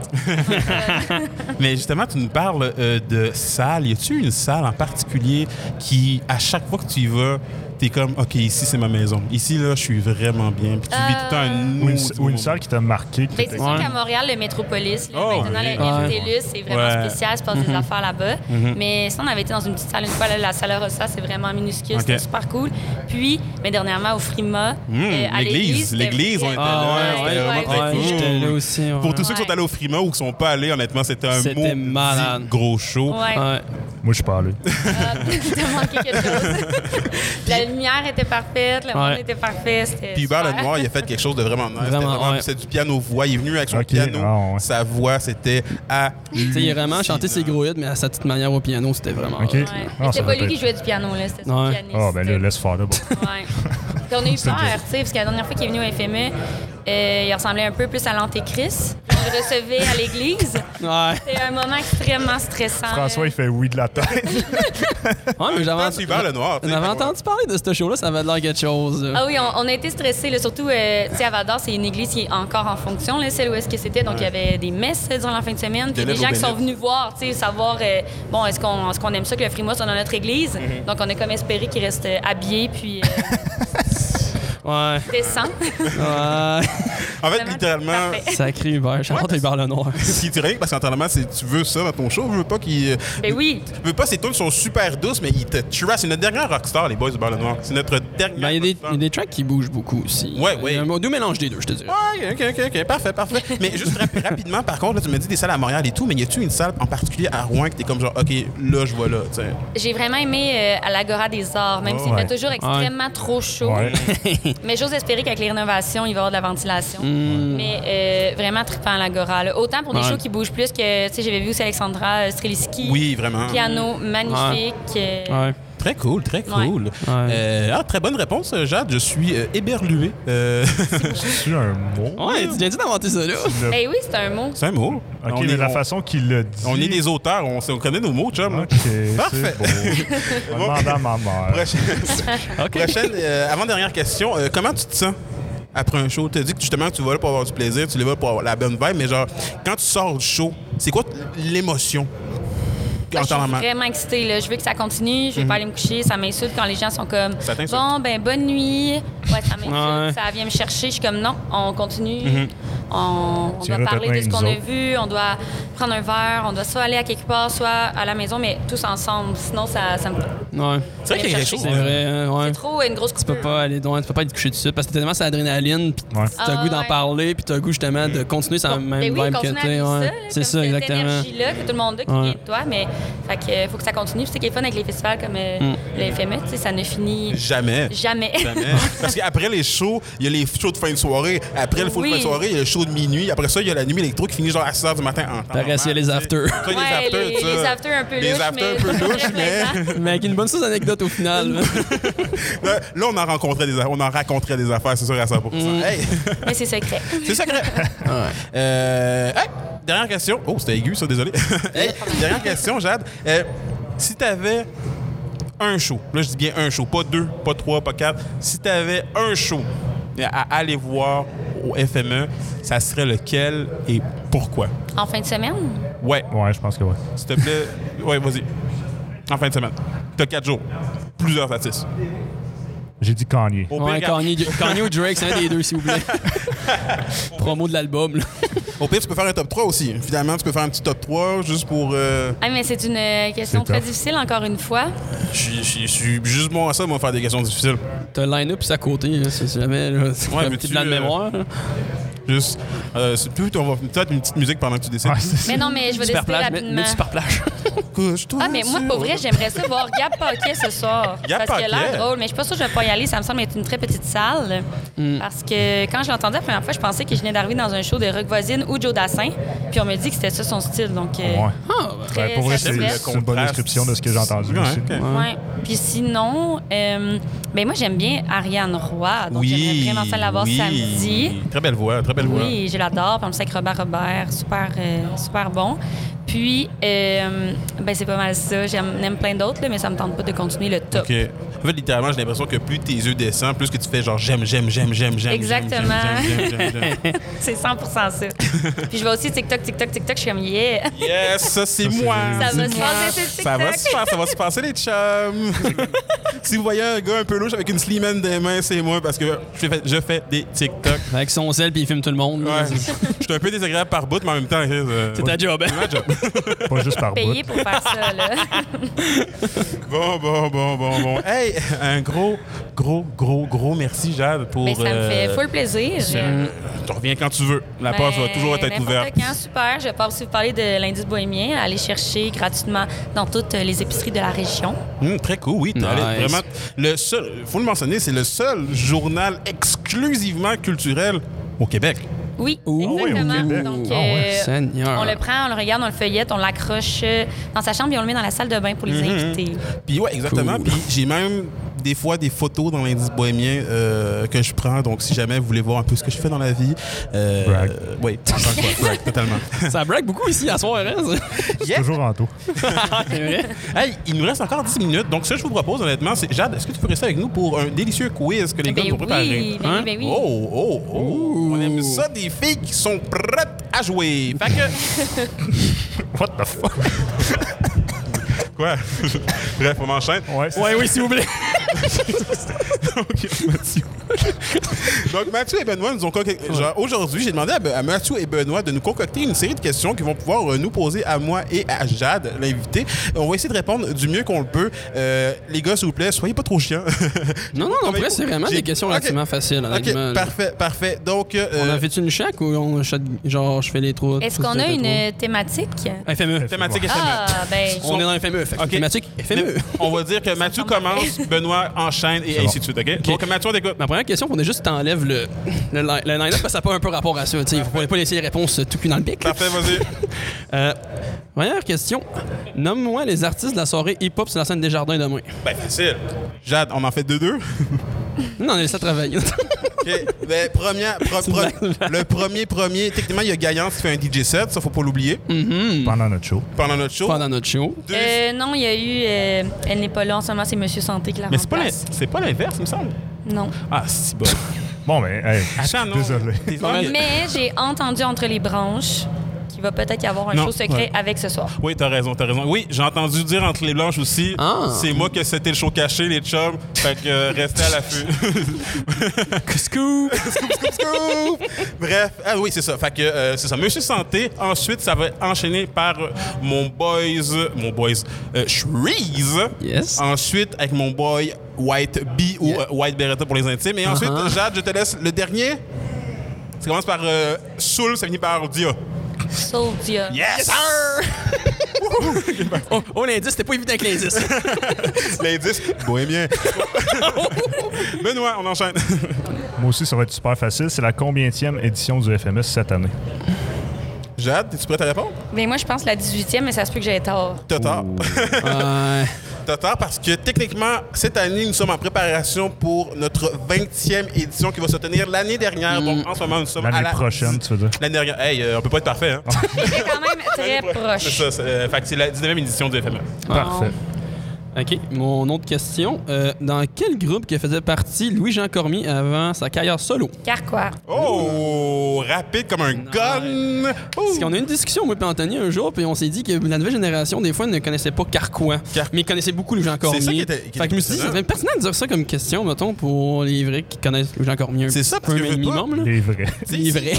Speaker 1: Mais justement, tu nous parles euh, de salle. Y a-tu une salle en particulier qui, à chaque fois que tu y vas, t'es comme, OK, ici, c'est ma maison. Ici, là, je suis vraiment bien. Puis tu vis tout le temps un
Speaker 3: Ou une,
Speaker 1: autre
Speaker 3: ou une
Speaker 1: moment.
Speaker 3: salle qui t'a marqué. qui
Speaker 7: Ben,
Speaker 3: t'a-
Speaker 7: c'est
Speaker 2: Ouais.
Speaker 7: sûr qu'à Montréal, le Métropolis, là,
Speaker 1: Oh,
Speaker 7: maintenant
Speaker 1: oui.
Speaker 7: le
Speaker 2: Ouais.
Speaker 7: MTLUS, c'est vraiment
Speaker 1: Ouais. Mhm.
Speaker 7: spécial, se passe des affaires là-bas. Mais si on avait été dans une petite salle une fois, là, la salle Rossa, c'est vraiment minuscule,
Speaker 1: Ok.
Speaker 7: c'était super cool. Puis, mais dernièrement, au Frima, euh, à
Speaker 1: Hmm, l'église, l'église, on était
Speaker 2: Ah
Speaker 1: là,
Speaker 2: ouais,
Speaker 1: c'était
Speaker 2: ouais,
Speaker 1: vraiment très
Speaker 2: ouais,
Speaker 1: cool.
Speaker 2: j'étais là aussi. ouais.
Speaker 1: Pour tous ceux qui sont allés au Frima ou qui sont pas allés, honnêtement, c'était un maudit
Speaker 2: C'était malade.
Speaker 1: gros show.
Speaker 7: Ouais,
Speaker 2: Ouais.
Speaker 3: Moi, je suis pas allé.
Speaker 7: Ah, t'as manqué quelque chose. la lumière était parfaite, le monde
Speaker 2: Ouais.
Speaker 7: était parfait. c'était
Speaker 1: Puis Hubert
Speaker 7: super.
Speaker 1: Lenoir, il a fait quelque chose de vraiment nice. C'était
Speaker 2: Vraiment,
Speaker 1: vraiment-
Speaker 2: ouais.
Speaker 1: C'était du piano-voix. Il est venu avec son
Speaker 3: Ok,
Speaker 1: piano.
Speaker 3: ah ouais.
Speaker 1: Sa voix, c'était à
Speaker 2: Tu sais, il a vraiment chanté ses gros hits, mais à sa petite manière au piano, c'était vraiment.
Speaker 3: OK.
Speaker 2: hot.
Speaker 7: Ouais.
Speaker 3: Ah,
Speaker 7: Mais
Speaker 3: ça
Speaker 7: C'était
Speaker 3: doit
Speaker 7: pas lui qui
Speaker 3: être-
Speaker 7: jouait du piano, là, c'était
Speaker 2: Ouais.
Speaker 7: son pianiste.
Speaker 3: Ah, ben là, laisse faire. Là, bon.
Speaker 7: Ouais. Puis on a eu peur, tu sais, parce que la dernière fois qu'il est venu au FME, euh, il ressemblait un peu plus à l'Antéchrist. Là, je le recevais à l'église.
Speaker 2: Ouais.
Speaker 7: C'était un moment extrêmement stressant.
Speaker 3: François, il fait oui de la tête.
Speaker 2: Ouais, mais j'avais
Speaker 1: C'est hiver, le noir,
Speaker 2: On
Speaker 1: tu sais,
Speaker 2: avait
Speaker 1: fait que-
Speaker 2: entendu parler de ce show-là, ça avait l'air quelque chose. là.
Speaker 7: Ah oui, on, on a été stressés, là, surtout, euh, tu sais, à Val-d'Or, c'est une église qui est encore en fonction, là, celle où est-ce que c'était. Donc, il y avait des messes euh, durant la fin de semaine, puis
Speaker 1: De
Speaker 7: des gens qui
Speaker 1: l'aube au
Speaker 7: sont venus voir, tu sais, savoir, euh, bon, est-ce qu'on est qu'on aime ça que le frimois soit dans notre église?
Speaker 3: Mm-hmm.
Speaker 7: Donc, on a comme espéré qu'ils restent euh, habillés, puis euh,
Speaker 1: Oh.
Speaker 2: Ouais.
Speaker 7: décents.
Speaker 2: Ouais.
Speaker 1: En fait,
Speaker 7: Vraiment,
Speaker 1: littéralement,
Speaker 7: parfait.
Speaker 2: Sacré hiver. J'adore tes barres le noir.
Speaker 1: ce qui est ironique, parce qu'entendamment, c'est tu veux ça dans ton show, je veux pas qu'il.
Speaker 7: Ben oui,
Speaker 1: Je veux pas, ces tunes sont super douces, mais ils te trash. C'est notre dernière rockstar, les boys du Bar Noir. C'est notre
Speaker 2: Ben,
Speaker 1: dernière.
Speaker 2: il y, a des-
Speaker 1: rockstar.
Speaker 2: il y a des tracks qui bougent beaucoup aussi.
Speaker 1: Ouais, ouais.
Speaker 2: Il y a Un doux mélange des deux, je te dirais.
Speaker 1: Ouais, Ah, ok, ok, ok, parfait, parfait. Mais juste rap- rapidement, par contre, là, tu me dis des salles à Montréal et tout, mais y a-tu une salle en particulier à Rouen que t'es comme genre, ok, là, je vois là, tu sais.
Speaker 7: j'ai vraiment aimé euh, à l'Agora des Arts, même
Speaker 3: Oh,
Speaker 7: s'il
Speaker 3: ouais.
Speaker 7: fait toujours extrêmement trop chaud.
Speaker 3: Ouais.
Speaker 7: Mais j'ose espérer qu'avec les rénovations, il va y avoir de la ventilation.
Speaker 2: Hmm.
Speaker 7: Mais euh, vraiment trippant à l'Agora. là. Autant pour des
Speaker 2: Mm. Ouais.
Speaker 7: shows qui bougent plus que, tu sais, j'avais vu aussi Alexandra euh, Streliski.
Speaker 1: Oui, vraiment.
Speaker 7: Piano magnifique. euh,
Speaker 2: Ouais.
Speaker 1: Très cool, très
Speaker 7: Ouais.
Speaker 1: cool. Euh, ah, très bonne réponse, Jade. Je suis euh, éberlué. Euh,
Speaker 3: C'est un mot.
Speaker 2: Ouais, tu viens d'inventer ça là.
Speaker 3: Le-
Speaker 7: Eh oui, c'est un mot.
Speaker 1: c'est un mot.
Speaker 3: Ok,
Speaker 1: On
Speaker 3: mais
Speaker 1: est-
Speaker 3: la
Speaker 1: on-
Speaker 3: façon qu'il le dit.
Speaker 1: On est des auteurs, on, on connaît nos mots, chum.
Speaker 3: Ok, c'est
Speaker 1: Parfait.
Speaker 3: beau. Demande à ma mère.
Speaker 1: Prochaine, Prochaine, euh, avant-dernière question. euh, comment tu te sens après un show? Tu as dit que justement que tu vas là pour avoir du plaisir, tu les vas pour avoir la bonne vibe, mais genre, quand tu sors du show, c'est quoi t- l'émotion?
Speaker 7: Je
Speaker 1: En
Speaker 7: suis
Speaker 1: temps normal.
Speaker 7: vraiment excitée. Là. Je veux que ça continue.
Speaker 2: Mhm.
Speaker 7: Je vais pas aller me coucher. Ça m'insulte quand les gens sont comme
Speaker 1: Ça t'insulte.
Speaker 7: Bon, ben, bonne nuit. Ouais, ça m'insulte.
Speaker 2: Ouais. Mhm.
Speaker 7: Ça vient me chercher. Je suis comme Non, on continue. On, on
Speaker 3: Tu
Speaker 7: doit
Speaker 3: iras
Speaker 7: parler
Speaker 3: t'atteindre
Speaker 7: de ce qu'on
Speaker 3: nous
Speaker 7: a vu. On doit prendre un verre. On doit soit aller à quelque part, soit à la maison, mais tous ensemble. Sinon, ça, ça me.
Speaker 2: Ouais.
Speaker 1: C'est vrai qu'il y a quelque
Speaker 7: C'est
Speaker 1: chose.
Speaker 2: C'est
Speaker 1: hein.
Speaker 2: vrai, hein, ouais.
Speaker 7: C'est trop une grosse
Speaker 2: Tu peux
Speaker 7: coupure.
Speaker 2: pas aller loin, tu peux pas être couché dessus parce que t'es tellement sur l'adrénaline, puis
Speaker 3: Ouais.
Speaker 2: t'as
Speaker 7: Ah,
Speaker 2: le goût d'en
Speaker 7: ouais.
Speaker 2: parler, puis t'as le goût justement de continuer sur la même
Speaker 7: Ben oui,
Speaker 2: vibe que
Speaker 7: continue à
Speaker 2: t'es.
Speaker 7: vivre
Speaker 2: ouais.
Speaker 7: ça, là,
Speaker 2: C'est
Speaker 7: comme
Speaker 2: ça, exactement.
Speaker 7: Cette énergie-là que tout le monde a qui
Speaker 2: Ouais.
Speaker 7: vient de toi, mais fait que, euh, faut que ça continue. Puis C'est ce qui est fun avec les festivals comme euh,
Speaker 2: Mm.
Speaker 7: le FME, tu sais, ça ne finit
Speaker 1: Jamais.
Speaker 7: jamais.
Speaker 1: Jamais. Parce qu'après les shows, il y a les shows de fin de soirée. Après le show
Speaker 7: Oui.
Speaker 1: de fin de soirée, il y a le show de minuit. Après ça, il y a la nuit électro qui finit genre à 6 h du matin. en temps
Speaker 2: T'as
Speaker 1: normal,
Speaker 2: resté les
Speaker 1: tu sais.
Speaker 2: afters.
Speaker 1: Ça,
Speaker 7: Ouais, les,
Speaker 1: ça.
Speaker 7: les afters un peu
Speaker 1: Les
Speaker 7: louches,
Speaker 1: afters un
Speaker 7: mais
Speaker 1: peu louches,
Speaker 7: très
Speaker 1: mais-
Speaker 7: plaisant.
Speaker 2: Mais avec une bonne sauce anecdote au final. là.
Speaker 1: Là, là, on en rencontrait des, aff- on en raconterait des affaires, c'est sûr à 100
Speaker 2: Mm.
Speaker 1: Hey,
Speaker 7: mais c'est secret.
Speaker 1: c'est secret. Euh, hey, dernière question. Oh, c'était aigu, ça, désolé. Hey, dernière question, Jade. Euh, si t'avais un show, là, je dis bien un show, pas deux, pas trois, pas quatre. Si t'avais un show à aller voir au FME, ça serait lequel et pourquoi?
Speaker 7: En fin de semaine,
Speaker 1: Ouais,
Speaker 3: Ouais, je pense que ouais.
Speaker 1: s'il te plaît. Ouais, vas-y. En fin de semaine. T'as quatre jours. Plusieurs artistes.
Speaker 3: J'ai dit Kanye.
Speaker 1: Au
Speaker 2: Ouais,
Speaker 1: pire,
Speaker 2: Kanye, Kanye ou Drake, c'est un des deux, s'il vous plaît. Promo de l'album. là.
Speaker 1: Au pire, tu peux faire un top 3 aussi. Finalement, tu peux faire un petit top 3 juste pour. euh,
Speaker 7: ah, mais c'est une euh, question
Speaker 3: C'est
Speaker 7: très
Speaker 3: tough.
Speaker 7: difficile encore une fois.
Speaker 1: Je suis- je suis je suis juste bon à ça, moi, faire des questions difficiles.
Speaker 2: T'as le line-up, c'est à côté, là, si jamais. Là, c'est
Speaker 1: Ouais,
Speaker 2: un
Speaker 1: mais
Speaker 2: petit
Speaker 1: tu,
Speaker 2: plan de
Speaker 1: euh,
Speaker 2: mémoire. là.
Speaker 1: Juste. euh, c'est tout, on va peut-être une petite musique pendant que tu décides.
Speaker 3: Ouais, c'est ça.
Speaker 7: Mais non, mais je vais
Speaker 2: Super
Speaker 7: décider
Speaker 2: plage, mets, mets
Speaker 7: rapidement.
Speaker 2: du super plage.
Speaker 1: Couche-toi
Speaker 7: Ah, mais moi,
Speaker 1: sur-
Speaker 7: pour vrai, j'aimerais ça voir Gab Paquet ce soir.
Speaker 1: Gab
Speaker 7: parce qu'il a
Speaker 1: Paquet?
Speaker 7: l'air drôle, mais je suis pas sûre que je vais pas y aller. Ça me semble être une très petite salle. Parce que quand je l'entendais la première fois, je pensais que je venais d'arriver dans un show de Rock Voisine ou Joe Dassin. Puis on me dit que c'était ça son style. Donc, euh,
Speaker 3: Ouais.
Speaker 2: Ah, ben,
Speaker 7: très
Speaker 3: Ouais, pour vrai, c'est
Speaker 7: satisfaite.
Speaker 1: le
Speaker 3: c'est une bonne
Speaker 1: contraste.
Speaker 3: description de ce que j'ai entendu.
Speaker 1: Ouais,
Speaker 3: aussi.
Speaker 1: ok.
Speaker 7: Ouais. Puis sinon, euh, ben moi, j'aime bien Ariane Roy. Donc, j'aimerais vraiment ça la voir
Speaker 1: oui.
Speaker 7: samedi.
Speaker 1: Très belle voix, très belle voix.
Speaker 7: Oui, je l'adore. Puis on le sait que Robert Robert, super, euh, super bon. Puis, euh, ben c'est pas mal ça. J'aime j'aime plein d'autres, là, mais ça me tente pas de continuer le top.
Speaker 1: Ok. En fait, littéralement, j'ai l'impression que plus tes yeux descendent, plus que tu fais genre j'aime, j'aime, j'aime, j'aime, j'aime.
Speaker 7: Exactement.
Speaker 1: j'aime, j'aime, j'aime, j'aime, j'aime.
Speaker 7: C'est 100 ça. Puis je vais aussi TikTok, TikTok, TikTok. Je suis comme, yeah!
Speaker 1: Yes, ça c'est moi.
Speaker 7: Ça va se
Speaker 1: C'est
Speaker 7: passer sur TikTok.
Speaker 1: Ça va se faire, ça va se passer les chums. si vous voyez un gars un peu louche avec une slimane des mains, c'est moi parce que je fais, je fais des TikTok.
Speaker 2: Avec son sel, puis il filme tout le monde. là.
Speaker 1: Ouais. je suis un peu désagréable par bout, mais en même temps, euh,
Speaker 2: C'est ta job. hein.
Speaker 1: c'est ma job.
Speaker 3: Pas juste par bout.
Speaker 7: Payé pour faire ça, là.
Speaker 1: Bon, bon, bon, bon, bon. Hey, un gros, gros, gros, gros merci, Jade, pour.
Speaker 7: Mais Ben, ça me fait
Speaker 1: euh,
Speaker 7: full plaisir.
Speaker 1: euh, Tu reviens quand tu veux. La
Speaker 7: Ben,
Speaker 1: porte va toujours être
Speaker 7: n'importe
Speaker 1: ouverte.
Speaker 7: Quand, super. Je vais pas aussi vous parler de l'indice bohémien. Allez chercher gratuitement dans toutes les épiceries de la région.
Speaker 1: Hum, très cool, oui. t'as
Speaker 2: Nice.
Speaker 1: allé Vraiment, le seul, faut le mentionner, c'est le seul journal exclusivement culturel au Québec.
Speaker 7: Oui,
Speaker 2: Ouh.
Speaker 3: Ah
Speaker 7: exactement.
Speaker 3: oui, au Québec.
Speaker 7: Donc,
Speaker 2: Ah ouais,
Speaker 7: euh,
Speaker 2: Seigneur.
Speaker 7: on le prend, on le regarde, on le feuillette, on
Speaker 1: Mm-hmm.
Speaker 7: l'accroche euh, dans sa chambre et on le met dans la salle de bain pour les invités.
Speaker 1: Puis ouais, exactement.
Speaker 2: Cool.
Speaker 1: Puis j'ai même des fois des photos dans l'indice bohémien euh, que je prends. Donc, si jamais vous voulez voir un peu ce que je fais dans la vie, euh,
Speaker 3: Brag.
Speaker 1: euh, oui, en tant que quoi, brag, totalement.
Speaker 2: Ça braque beaucoup ici à soir, hein? ça?
Speaker 3: Toujours en tout.
Speaker 2: C'est vrai.
Speaker 1: Hey, il nous reste encore 10 minutes. Donc, ce que je vous propose, honnêtement, c'est Jade, est-ce que tu peux rester avec nous pour un délicieux quiz que les gars
Speaker 7: Ben
Speaker 1: nous ont préparé?
Speaker 7: oui, ben
Speaker 2: Hein?
Speaker 7: oui, ben oui.
Speaker 1: Oh, oh, oh! On aime ça, des filles qui sont prêtes à jouer. Fait que.
Speaker 3: What the fuck?
Speaker 1: Quoi? Bref, on m'enchaîne.
Speaker 3: Ouais, c'est
Speaker 2: Ouais, oui, s'il vous plaît.
Speaker 1: Ok, Mathieu. Donc, Mathieu et Benoît nous ont concocté. Genre, aujourd'hui, j'ai demandé à, Be- à Mathieu et Benoît de nous concocter une série de questions qu'ils vont pouvoir euh, nous poser à moi et à Jade, l'invité. On va essayer de répondre du mieux qu'on le peut. Euh, les gars, s'il vous plaît, soyez pas trop chiants.
Speaker 2: Non, non, en
Speaker 1: mais
Speaker 2: vrai, c'est vraiment
Speaker 1: j'ai-
Speaker 2: des questions
Speaker 1: Ok.
Speaker 2: relativement faciles. honnêtement.
Speaker 1: ok, parfait, parfait. Donc, euh,
Speaker 2: On a fait une chaque ou on chaque- genre je fais les trois?
Speaker 7: Est-ce
Speaker 2: tous
Speaker 7: qu'on a
Speaker 2: les trois?
Speaker 7: une euh, thématique?
Speaker 2: FME.
Speaker 1: Euh, thématique
Speaker 7: Ah,
Speaker 1: FME.
Speaker 7: ben,
Speaker 2: On est dans FME. Fait que
Speaker 1: E. Ok. E.
Speaker 2: Thématique E. FME.
Speaker 1: On va dire que Mathieu commence, Benoît enchaîne et ainsi de suite. ok? Donc, Mathieu, on t'écoute.
Speaker 2: Ma première question, faudrait juste que t'enlèves le, le, li- le line-up parce que ça n'a pas un peu rapport à ça. Il ne faut pas laisser les réponses euh, tout cul dans le bec. là.
Speaker 1: Parfait, vas-y.
Speaker 2: Euh, première question. Nomme-moi les artistes de la soirée hip-hop sur la scène des jardins demain.
Speaker 1: ben, facile. Jade, on en fait deux-deux.
Speaker 2: Non, on laisse ça travailler.
Speaker 1: OK. Ben, première- pro- pro- le premier, premier, techniquement, il y a Gaillance qui fait un DJ set, ça faut pas l'oublier,
Speaker 3: pendant notre show.
Speaker 1: pendant notre show.
Speaker 2: Mm. Pendant notre show.
Speaker 1: Deux-
Speaker 7: euh, non, il y a eu. euh, elle n'est pas là en ce moment, c'est Monsieur Santé qui la
Speaker 1: Mais c'est pas, l'in-
Speaker 7: remplace.
Speaker 1: c'est pas l'inverse, il me semble.
Speaker 7: Non.
Speaker 1: Ah, si bon.
Speaker 3: Bon, ben, hey,
Speaker 1: Attends, non.
Speaker 3: désolé.
Speaker 1: T'es-
Speaker 7: Mais j'ai entendu entre les branches qu'il va peut-être y avoir un
Speaker 1: Non,
Speaker 7: show secret
Speaker 1: ouais.
Speaker 7: avec ce soir.
Speaker 1: Oui, t'as raison, t'as raison. Oui, j'ai entendu dire entre les blanches aussi.
Speaker 2: Ah.
Speaker 1: C'est moi que c'était le show caché, les chums. Fait que euh, restez à l'affût.
Speaker 2: Couscous.
Speaker 1: Scoop! Bref, ah oui, c'est ça. Fait que euh, c'est ça. Monsieur Santé, ensuite, ça va enchaîner par euh, mon boys, mon boys, euh, Shreeze.
Speaker 2: Yes.
Speaker 1: Ensuite, avec mon boy White B ou
Speaker 2: Yeah.
Speaker 1: euh, White Beretta pour les intimes. Et ensuite,
Speaker 2: Uh-huh.
Speaker 1: Jade, je te laisse le dernier. Ça commence par euh, Soul, ça finit par Dia.
Speaker 7: Soldia.
Speaker 1: Yes!
Speaker 2: Oh, oh, l'indice, c'était pas évident avec l'indice.
Speaker 1: L'indice, bohémien. Benoît, on enchaîne.
Speaker 3: Moi aussi, ça va être super facile. C'est la combienième édition du FMS cette année?
Speaker 1: Jade, es-tu prête à répondre?
Speaker 7: Ben moi, je pense la 18e, mais ça se peut que j'ai tort.
Speaker 1: T'as tort.
Speaker 2: Ouais.
Speaker 1: T'as tort parce que techniquement, cette année, nous sommes en préparation pour notre 20e édition qui va se tenir l'année dernière. Donc, en ce moment, nous sommes à
Speaker 3: L'année
Speaker 1: la...
Speaker 3: prochaine, tu veux dire? Ah.
Speaker 1: L'année dernière. Hey, euh, on peut pas être parfait, hein?
Speaker 7: C'est quand même très
Speaker 1: C'est
Speaker 7: proche.
Speaker 1: ça. c'est- euh, fait que c'est la 19e édition du E. FME.
Speaker 3: Parfait.
Speaker 2: OK. Mon autre question. euh, dans quel groupe que faisait partie Louis-Jean Cormier avant sa carrière solo?
Speaker 7: Car quoi?
Speaker 1: Oh! Rapide comme un gun!
Speaker 2: Parce qu'on a eu une discussion, moi et Anthony, un jour, puis on s'est dit que la nouvelle génération, des fois, ne connaissait pas Carquois,
Speaker 1: Car-
Speaker 2: mais connaissait beaucoup Louis-Jean Cormier.
Speaker 1: ça qui était- qui était
Speaker 2: fait que je me suis dit, ça
Speaker 1: impressionnant.
Speaker 2: serait pertinent de dire ça comme question, mettons, pour les vrais qui connaissent Louis-Jean Cormier. un
Speaker 1: C'est ça, parce
Speaker 2: peu
Speaker 1: que veux pas-
Speaker 2: minimum, là.
Speaker 3: Les vrais.
Speaker 2: Les vrais.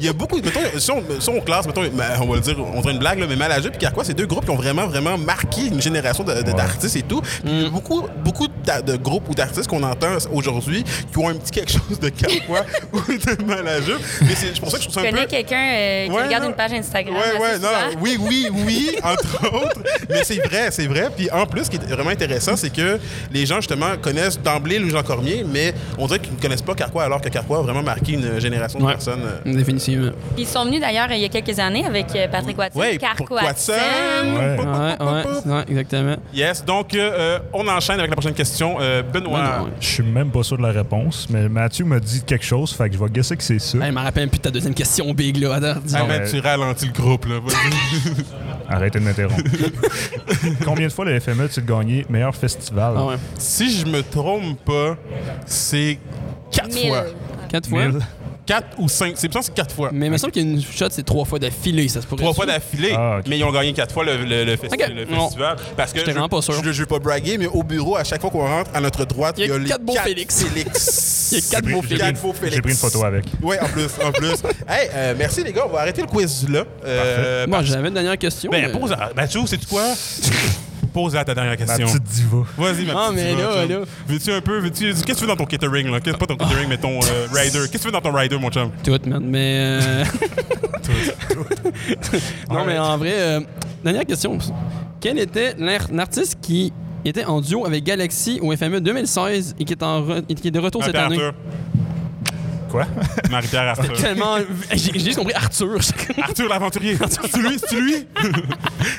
Speaker 1: Il y a beaucoup. Mettons, si on, si on classe, mettons, ben, on va le dire, on dirait une blague, là, mais Malajeu puis Carquois, c'est deux groupes qui ont vraiment, vraiment marqué une génération de- de-
Speaker 3: Ouais.
Speaker 1: d'artistes et tout. Puis Il y a beaucoup, beaucoup d'a- de, groupes ou d'artistes qu'on entend aujourd'hui qui ont un petit quelque chose de Carquois ou de Malajeu. Mais c'est c'est pour ça que je trouve ça
Speaker 7: Je
Speaker 1: un
Speaker 7: connais
Speaker 1: peu.
Speaker 7: quelqu'un euh, qui
Speaker 1: Ouais,
Speaker 7: regarde
Speaker 1: non.
Speaker 7: une page Instagram.
Speaker 1: Ouais,
Speaker 7: assez
Speaker 1: ouais, non,
Speaker 7: souvent.
Speaker 1: oui, oui, oui, entre autres. Mais c'est vrai, c'est vrai. Puis en plus, ce qui est vraiment intéressant, c'est que les gens, justement, connaissent d'emblée Louis-Jean Cormier, mais on dirait qu'ils ne connaissent pas Carquois, alors que Carquois a vraiment marqué une génération de
Speaker 2: Ouais.
Speaker 1: personnes. euh,
Speaker 2: Définitivement.
Speaker 7: Ils sont venus d'ailleurs il y a quelques années avec euh, Patrick Watson.
Speaker 1: Ouais,
Speaker 7: Car
Speaker 1: pour
Speaker 7: quoi?
Speaker 1: Watson.
Speaker 3: Ouais.
Speaker 2: Ouais, Ah. ouais, ouais, exactement.
Speaker 1: Yes, donc euh, euh, on enchaîne avec la prochaine question. Euh, Benoît.
Speaker 2: Non, non,
Speaker 3: Je suis même pas sûr de la réponse, mais Mathieu m'a dit quelque chose, fait que je vais guesser que c'est ça.
Speaker 2: Hey, je me rappelle plus de ta deuxième question, Big, là. Attends, dis
Speaker 1: Ah,
Speaker 2: donc.
Speaker 1: ben,
Speaker 3: mais-
Speaker 1: tu ralentis le groupe, là. Vas-y.
Speaker 3: Arrêtez de m'interrompre. Combien de fois le FME tu gagné meilleur festival?
Speaker 2: Ah ouais.
Speaker 1: si je me trompe pas, c'est quatre
Speaker 7: Mille.
Speaker 1: fois.
Speaker 2: Quatre fois.
Speaker 3: Mille?
Speaker 1: Quatre ou cinq. C'est ça, c'est quatre fois.
Speaker 2: Mais il me semble qu'il y a une shot, c'est trois fois d'affilée, ça se pourrait.
Speaker 1: Trois fois d'affilée,
Speaker 3: Ah, ok.
Speaker 1: mais ils ont gagné quatre fois le, le- le festi-
Speaker 2: Ok.
Speaker 1: le
Speaker 2: Non.
Speaker 1: festival. Parce que
Speaker 2: J'étais vraiment pas sûr.
Speaker 1: Je, je vais pas braguer, mais au bureau, à chaque fois qu'on rentre, à notre droite,
Speaker 2: Il y a
Speaker 1: les
Speaker 2: quatre beaux Félix.
Speaker 1: Félix.
Speaker 2: Il y a quatre
Speaker 3: J'ai
Speaker 2: beaux
Speaker 3: pris-
Speaker 2: filets.
Speaker 1: Quatre faux Félix.
Speaker 3: J'ai pris une photo avec.
Speaker 1: Oui, en plus, en plus. Hey, euh, merci les gars, on va arrêter le quiz là. Euh,
Speaker 2: Bon, j'avais une dernière question.
Speaker 1: Ben,
Speaker 2: mais-
Speaker 1: pose à. Mathieu, sais-tu quoi? pose à ta dernière
Speaker 3: euh, Ma
Speaker 1: question.
Speaker 3: petite diva.
Speaker 1: Vas-y, ma
Speaker 2: Ah,
Speaker 1: petite
Speaker 2: mais
Speaker 1: diva,
Speaker 2: là,
Speaker 1: chum.
Speaker 2: là.
Speaker 1: Veux-tu un peu. Veux-tu... Qu'est-ce que tu veux dans ton catering, là? Qu'est-ce pas ton catering, mais ton euh, rider? Qu'est-ce que tu veux dans ton rider, mon chum?
Speaker 2: Tout, man. Mais. euh, non, mais en vrai, euh, dernière question. Quel était l'ar- l'artiste qui était en
Speaker 1: Ah,
Speaker 2: E
Speaker 1: ben,
Speaker 2: duo avec Galaxy au FME 2016 et qui est, en re- et qui est de retour cette
Speaker 1: Attends,
Speaker 2: année?
Speaker 1: Arthur.
Speaker 3: Quoi?
Speaker 1: Marie-Pierre Arthur.
Speaker 2: Tellement. J'ai j'ai juste compris Arthur.
Speaker 1: Arthur l'aventurier. c'est lui, c'est lui.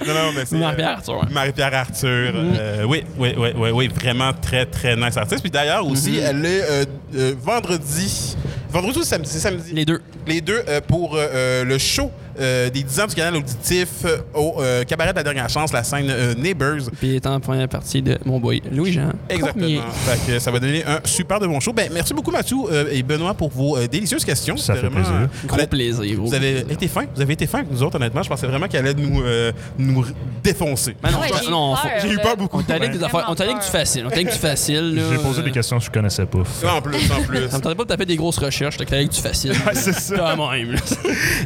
Speaker 1: non, non, mais c'est. euh,
Speaker 2: Marie-Pierre Mm. Arthur, ouais.
Speaker 1: Marie-Pierre Arthur. euh, oui, oui, oui, oui, oui. Vraiment très, très nice artiste. Puis d'ailleurs aussi,
Speaker 2: Mm-hmm.
Speaker 1: elle est euh, euh, vendredi. Vendredi ou samedi? C'est samedi.
Speaker 2: Les deux.
Speaker 1: Les deux euh, pour euh, euh, le show euh, des 10 ans du canal auditif euh, au euh, cabaret de la dernière chance, la scène euh, Neighbors.
Speaker 2: Puis il est en première partie de mon boy Louis-Jean.
Speaker 1: Exactement.
Speaker 2: Cormier.
Speaker 1: Fait que ça va donner un super de bon show. Ben, merci beaucoup, Mathieu euh, et Benoît, pour vos euh, délicieuses questions.
Speaker 3: Ça
Speaker 1: C'était
Speaker 3: fait plaisir.
Speaker 2: Gros
Speaker 1: honnête-
Speaker 2: plaisir. gros
Speaker 1: Vous avez
Speaker 2: plaisir.
Speaker 1: été fins. Vous avez été fins avec nous autres, honnêtement. Je pensais vraiment qu'elle allait nous, euh, nous défoncer.
Speaker 2: Mais non,
Speaker 7: Ouais,
Speaker 2: je-
Speaker 7: j'ai eu
Speaker 2: non,
Speaker 7: peur, euh,
Speaker 2: faut-
Speaker 1: J'ai eu
Speaker 7: là.
Speaker 1: peur beaucoup.
Speaker 2: On t'a allé avec des
Speaker 7: Vraiment
Speaker 2: affaires. On t'a allé avec du
Speaker 7: peur.
Speaker 2: facile. On t'a allé avec du facile. là.
Speaker 3: J'ai posé des questions que je connaissais pas.
Speaker 1: Ouais, En plus, en plus.
Speaker 2: Ça me tentait pas de taper des grosses recherches. T'as allé avec du facile.
Speaker 3: c'est ça.
Speaker 2: Quand même. là.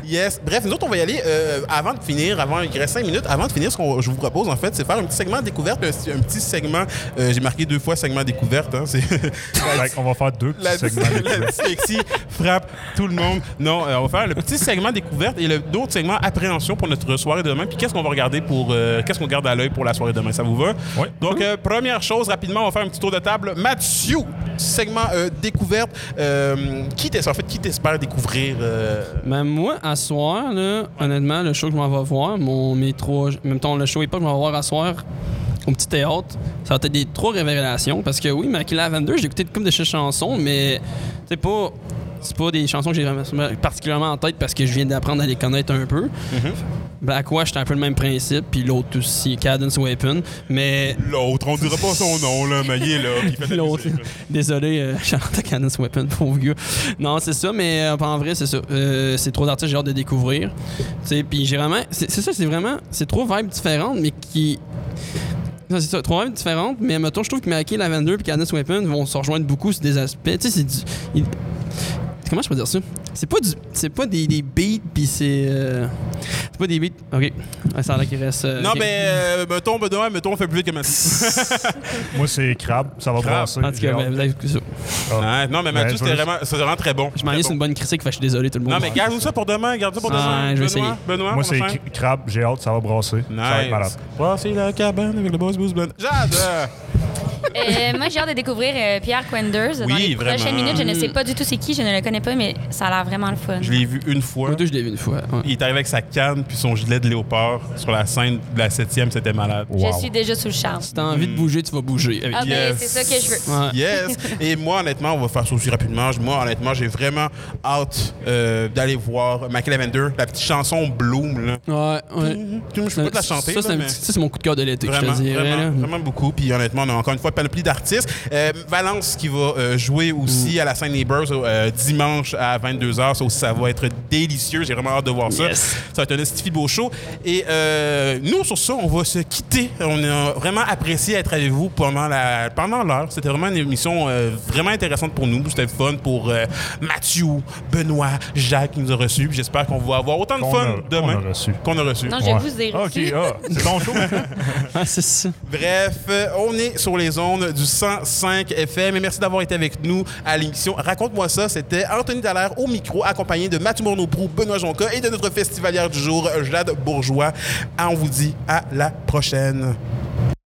Speaker 1: Yes. Bref, nous autres, on va y aller euh, avant de finir, avant, il reste 5 minutes. Avant de finir, ce que je vous propose, en fait, c'est faire un petit segment découverte, un, un petit segment. euh, J'ai marqué deux fois segment découverte. hein, c'est
Speaker 3: Fait qu'on va faire deux petits
Speaker 1: la,
Speaker 3: segments.
Speaker 1: la dyslexie frappe tout le monde. Non, euh, on va faire le petit segment découverte et le- d'autres segments appréhension pour notre soirée de demain. Puis qu'est-ce qu'on va regarder pour. euh, qu'est-ce qu'on garde à l'œil pour la soirée de demain? Ça vous va?
Speaker 3: Oui.
Speaker 1: Donc, euh, première chose, rapidement, on va faire un petit tour de table. Mathieu, segment euh, découverte. Euh, qui t'es- en fait, qui t'espère découvrir? euh,
Speaker 2: Ben moi, à soir, là, honnêtement, le show que je m'en vais voir, mon, mes trois, en même temps, le show et pas que je m'en vais voir à soir au petit théâtre, ça va être des trois révélations. Parce que oui, Maquila 22, j'ai écouté comme des chansons, mais c'est pas. C'est pas des chansons que j'ai vraiment- particulièrement en tête parce que je viens d'apprendre à les connaître un peu. Black Wash, c'était un peu le même principe, puis l'autre aussi, Cadence Weapon. Mais
Speaker 1: L'autre, on dira pas son nom, là, mais il est là. puis il fait de la
Speaker 2: L'autre.
Speaker 1: musique, là.
Speaker 2: Désolé, euh, Charlotte Cadence Weapon, pauvre gars. Non, c'est ça, mais euh, en vrai, c'est ça. Euh, c'est trois artistes, j'ai hâte de découvrir. Tu sais, puis j'ai vraiment. C'est c'est ça, c'est vraiment. C'est trois vibes différentes, mais qui. Non, c'est ça, trois vibes différentes, mais mettons, je trouve que Maki, Lavender et Cadence Weapon vont se rejoindre beaucoup sur des aspects. Tu sais, c'est du. il- Comment je peux dire ça? C'est pas du. C'est pas des, des beats, puis c'est. euh, C'est pas des beats. Ok. Ah, ça a l'air qu'il reste. euh,
Speaker 1: Non,
Speaker 2: ok.
Speaker 1: mais euh, mettons, Benoît, mettons, on fait plus vite que Mathieu.
Speaker 3: Moi, c'est crabe. Ça va
Speaker 1: Crabe.
Speaker 3: brasser.
Speaker 2: En tout
Speaker 3: J'ai
Speaker 2: cas,
Speaker 3: hâte.
Speaker 2: ben, vous avez ça.
Speaker 1: Ouais, Hein? non, mais
Speaker 3: Ben,
Speaker 1: Mathieu,
Speaker 3: je
Speaker 1: c'était
Speaker 3: veux-
Speaker 1: vraiment, c'était vraiment très bon.
Speaker 2: Je m'en
Speaker 1: Très
Speaker 2: laisse une
Speaker 1: bon.
Speaker 2: bonne critique, fait que je suis désolé tout le monde.
Speaker 1: Non, mais garde-nous ça pour demain, garde ça pour
Speaker 2: Ouais,
Speaker 1: demain.
Speaker 2: Ah, je vais
Speaker 1: Benoît,
Speaker 2: essayer.
Speaker 1: Benoît, on
Speaker 3: Moi, c'est
Speaker 1: va faire.
Speaker 3: cr- crabe. J'ai hâte. Ça va brasser. Ça va être malade.
Speaker 1: Nice. Voici la cabane avec le boss boost Ben. J'adore.
Speaker 7: Euh, moi, j'ai hâte de découvrir euh, Pierre Quenders dans
Speaker 1: Oui,
Speaker 7: les
Speaker 1: vraiment.
Speaker 7: prochaines minutes. Je ne sais pas du tout c'est qui, je ne le connais pas, mais ça a l'air vraiment le fun.
Speaker 1: Je l'ai vu une fois.
Speaker 2: Moi, deux, je l'ai vu une fois. ouais.
Speaker 1: Il est arrivé avec sa canne puis son gilet de léopard sur la scène de la septième, c'était malade.
Speaker 7: Je
Speaker 3: Wow.
Speaker 7: suis déjà sous le charme.
Speaker 2: Si t'as envie
Speaker 1: Hmm.
Speaker 2: de bouger, tu vas bouger. Avec-
Speaker 7: Ah ben,
Speaker 1: Yes.
Speaker 7: c'est ça que je veux.
Speaker 2: Ouais.
Speaker 1: Yes! Et moi, honnêtement, on va faire ça aussi rapidement. Je- Moi, honnêtement, j'ai vraiment hâte euh, d'aller voir Mac Lavender, la petite chanson Bloom. Là.
Speaker 2: Ouais, ouais.
Speaker 1: Hmm. Je peux pas te la chanter.
Speaker 2: Mm-hmm. Ça, c'est
Speaker 1: là,
Speaker 2: un
Speaker 1: mais-
Speaker 2: petit- ça, c'est mon coup de cœur de l'été, je
Speaker 1: Vraiment,
Speaker 2: te dirais. là.
Speaker 1: vraiment, vraiment beaucoup. Puis honnêtement, on a encore une fois panoplie d'artistes. Euh, Valence qui va euh, jouer
Speaker 2: Mm.
Speaker 1: aussi à la scène Neighbors euh, dimanche à 22h. Ça aussi, ça va être délicieux. J'ai vraiment hâte de voir ça.
Speaker 2: Yes.
Speaker 1: Ça va être un estifi beau show. Et euh, nous, sur ça, on va se quitter. On a vraiment apprécié être avec vous pendant la pendant l'heure. C'était vraiment une émission euh, vraiment intéressante pour nous. C'était fun pour euh, Mathieu, Benoît, Jacques qui nous a reçus. Puis J'espère qu'on va avoir autant de
Speaker 3: Qu'on
Speaker 1: fun
Speaker 3: a-
Speaker 1: demain
Speaker 3: qu'on a reçu.
Speaker 1: qu'on a reçu.
Speaker 7: Non, je
Speaker 3: Ouais.
Speaker 7: vous ai
Speaker 3: Ah, OK.
Speaker 7: reçu.
Speaker 3: ah, c'est ton show.
Speaker 2: Ah, c'est ça.
Speaker 1: Bref, euh, on est sur les ondes du 105 FM et merci d'avoir été avec nous à l'émission. Raconte-moi ça, c'était Anthony Dallaire au micro, accompagné de Mathieu Mourneau-Prou, Benoît Jonca et de notre festivalière du jour, Jade Bourgeois. Ah, On vous dit à la prochaine.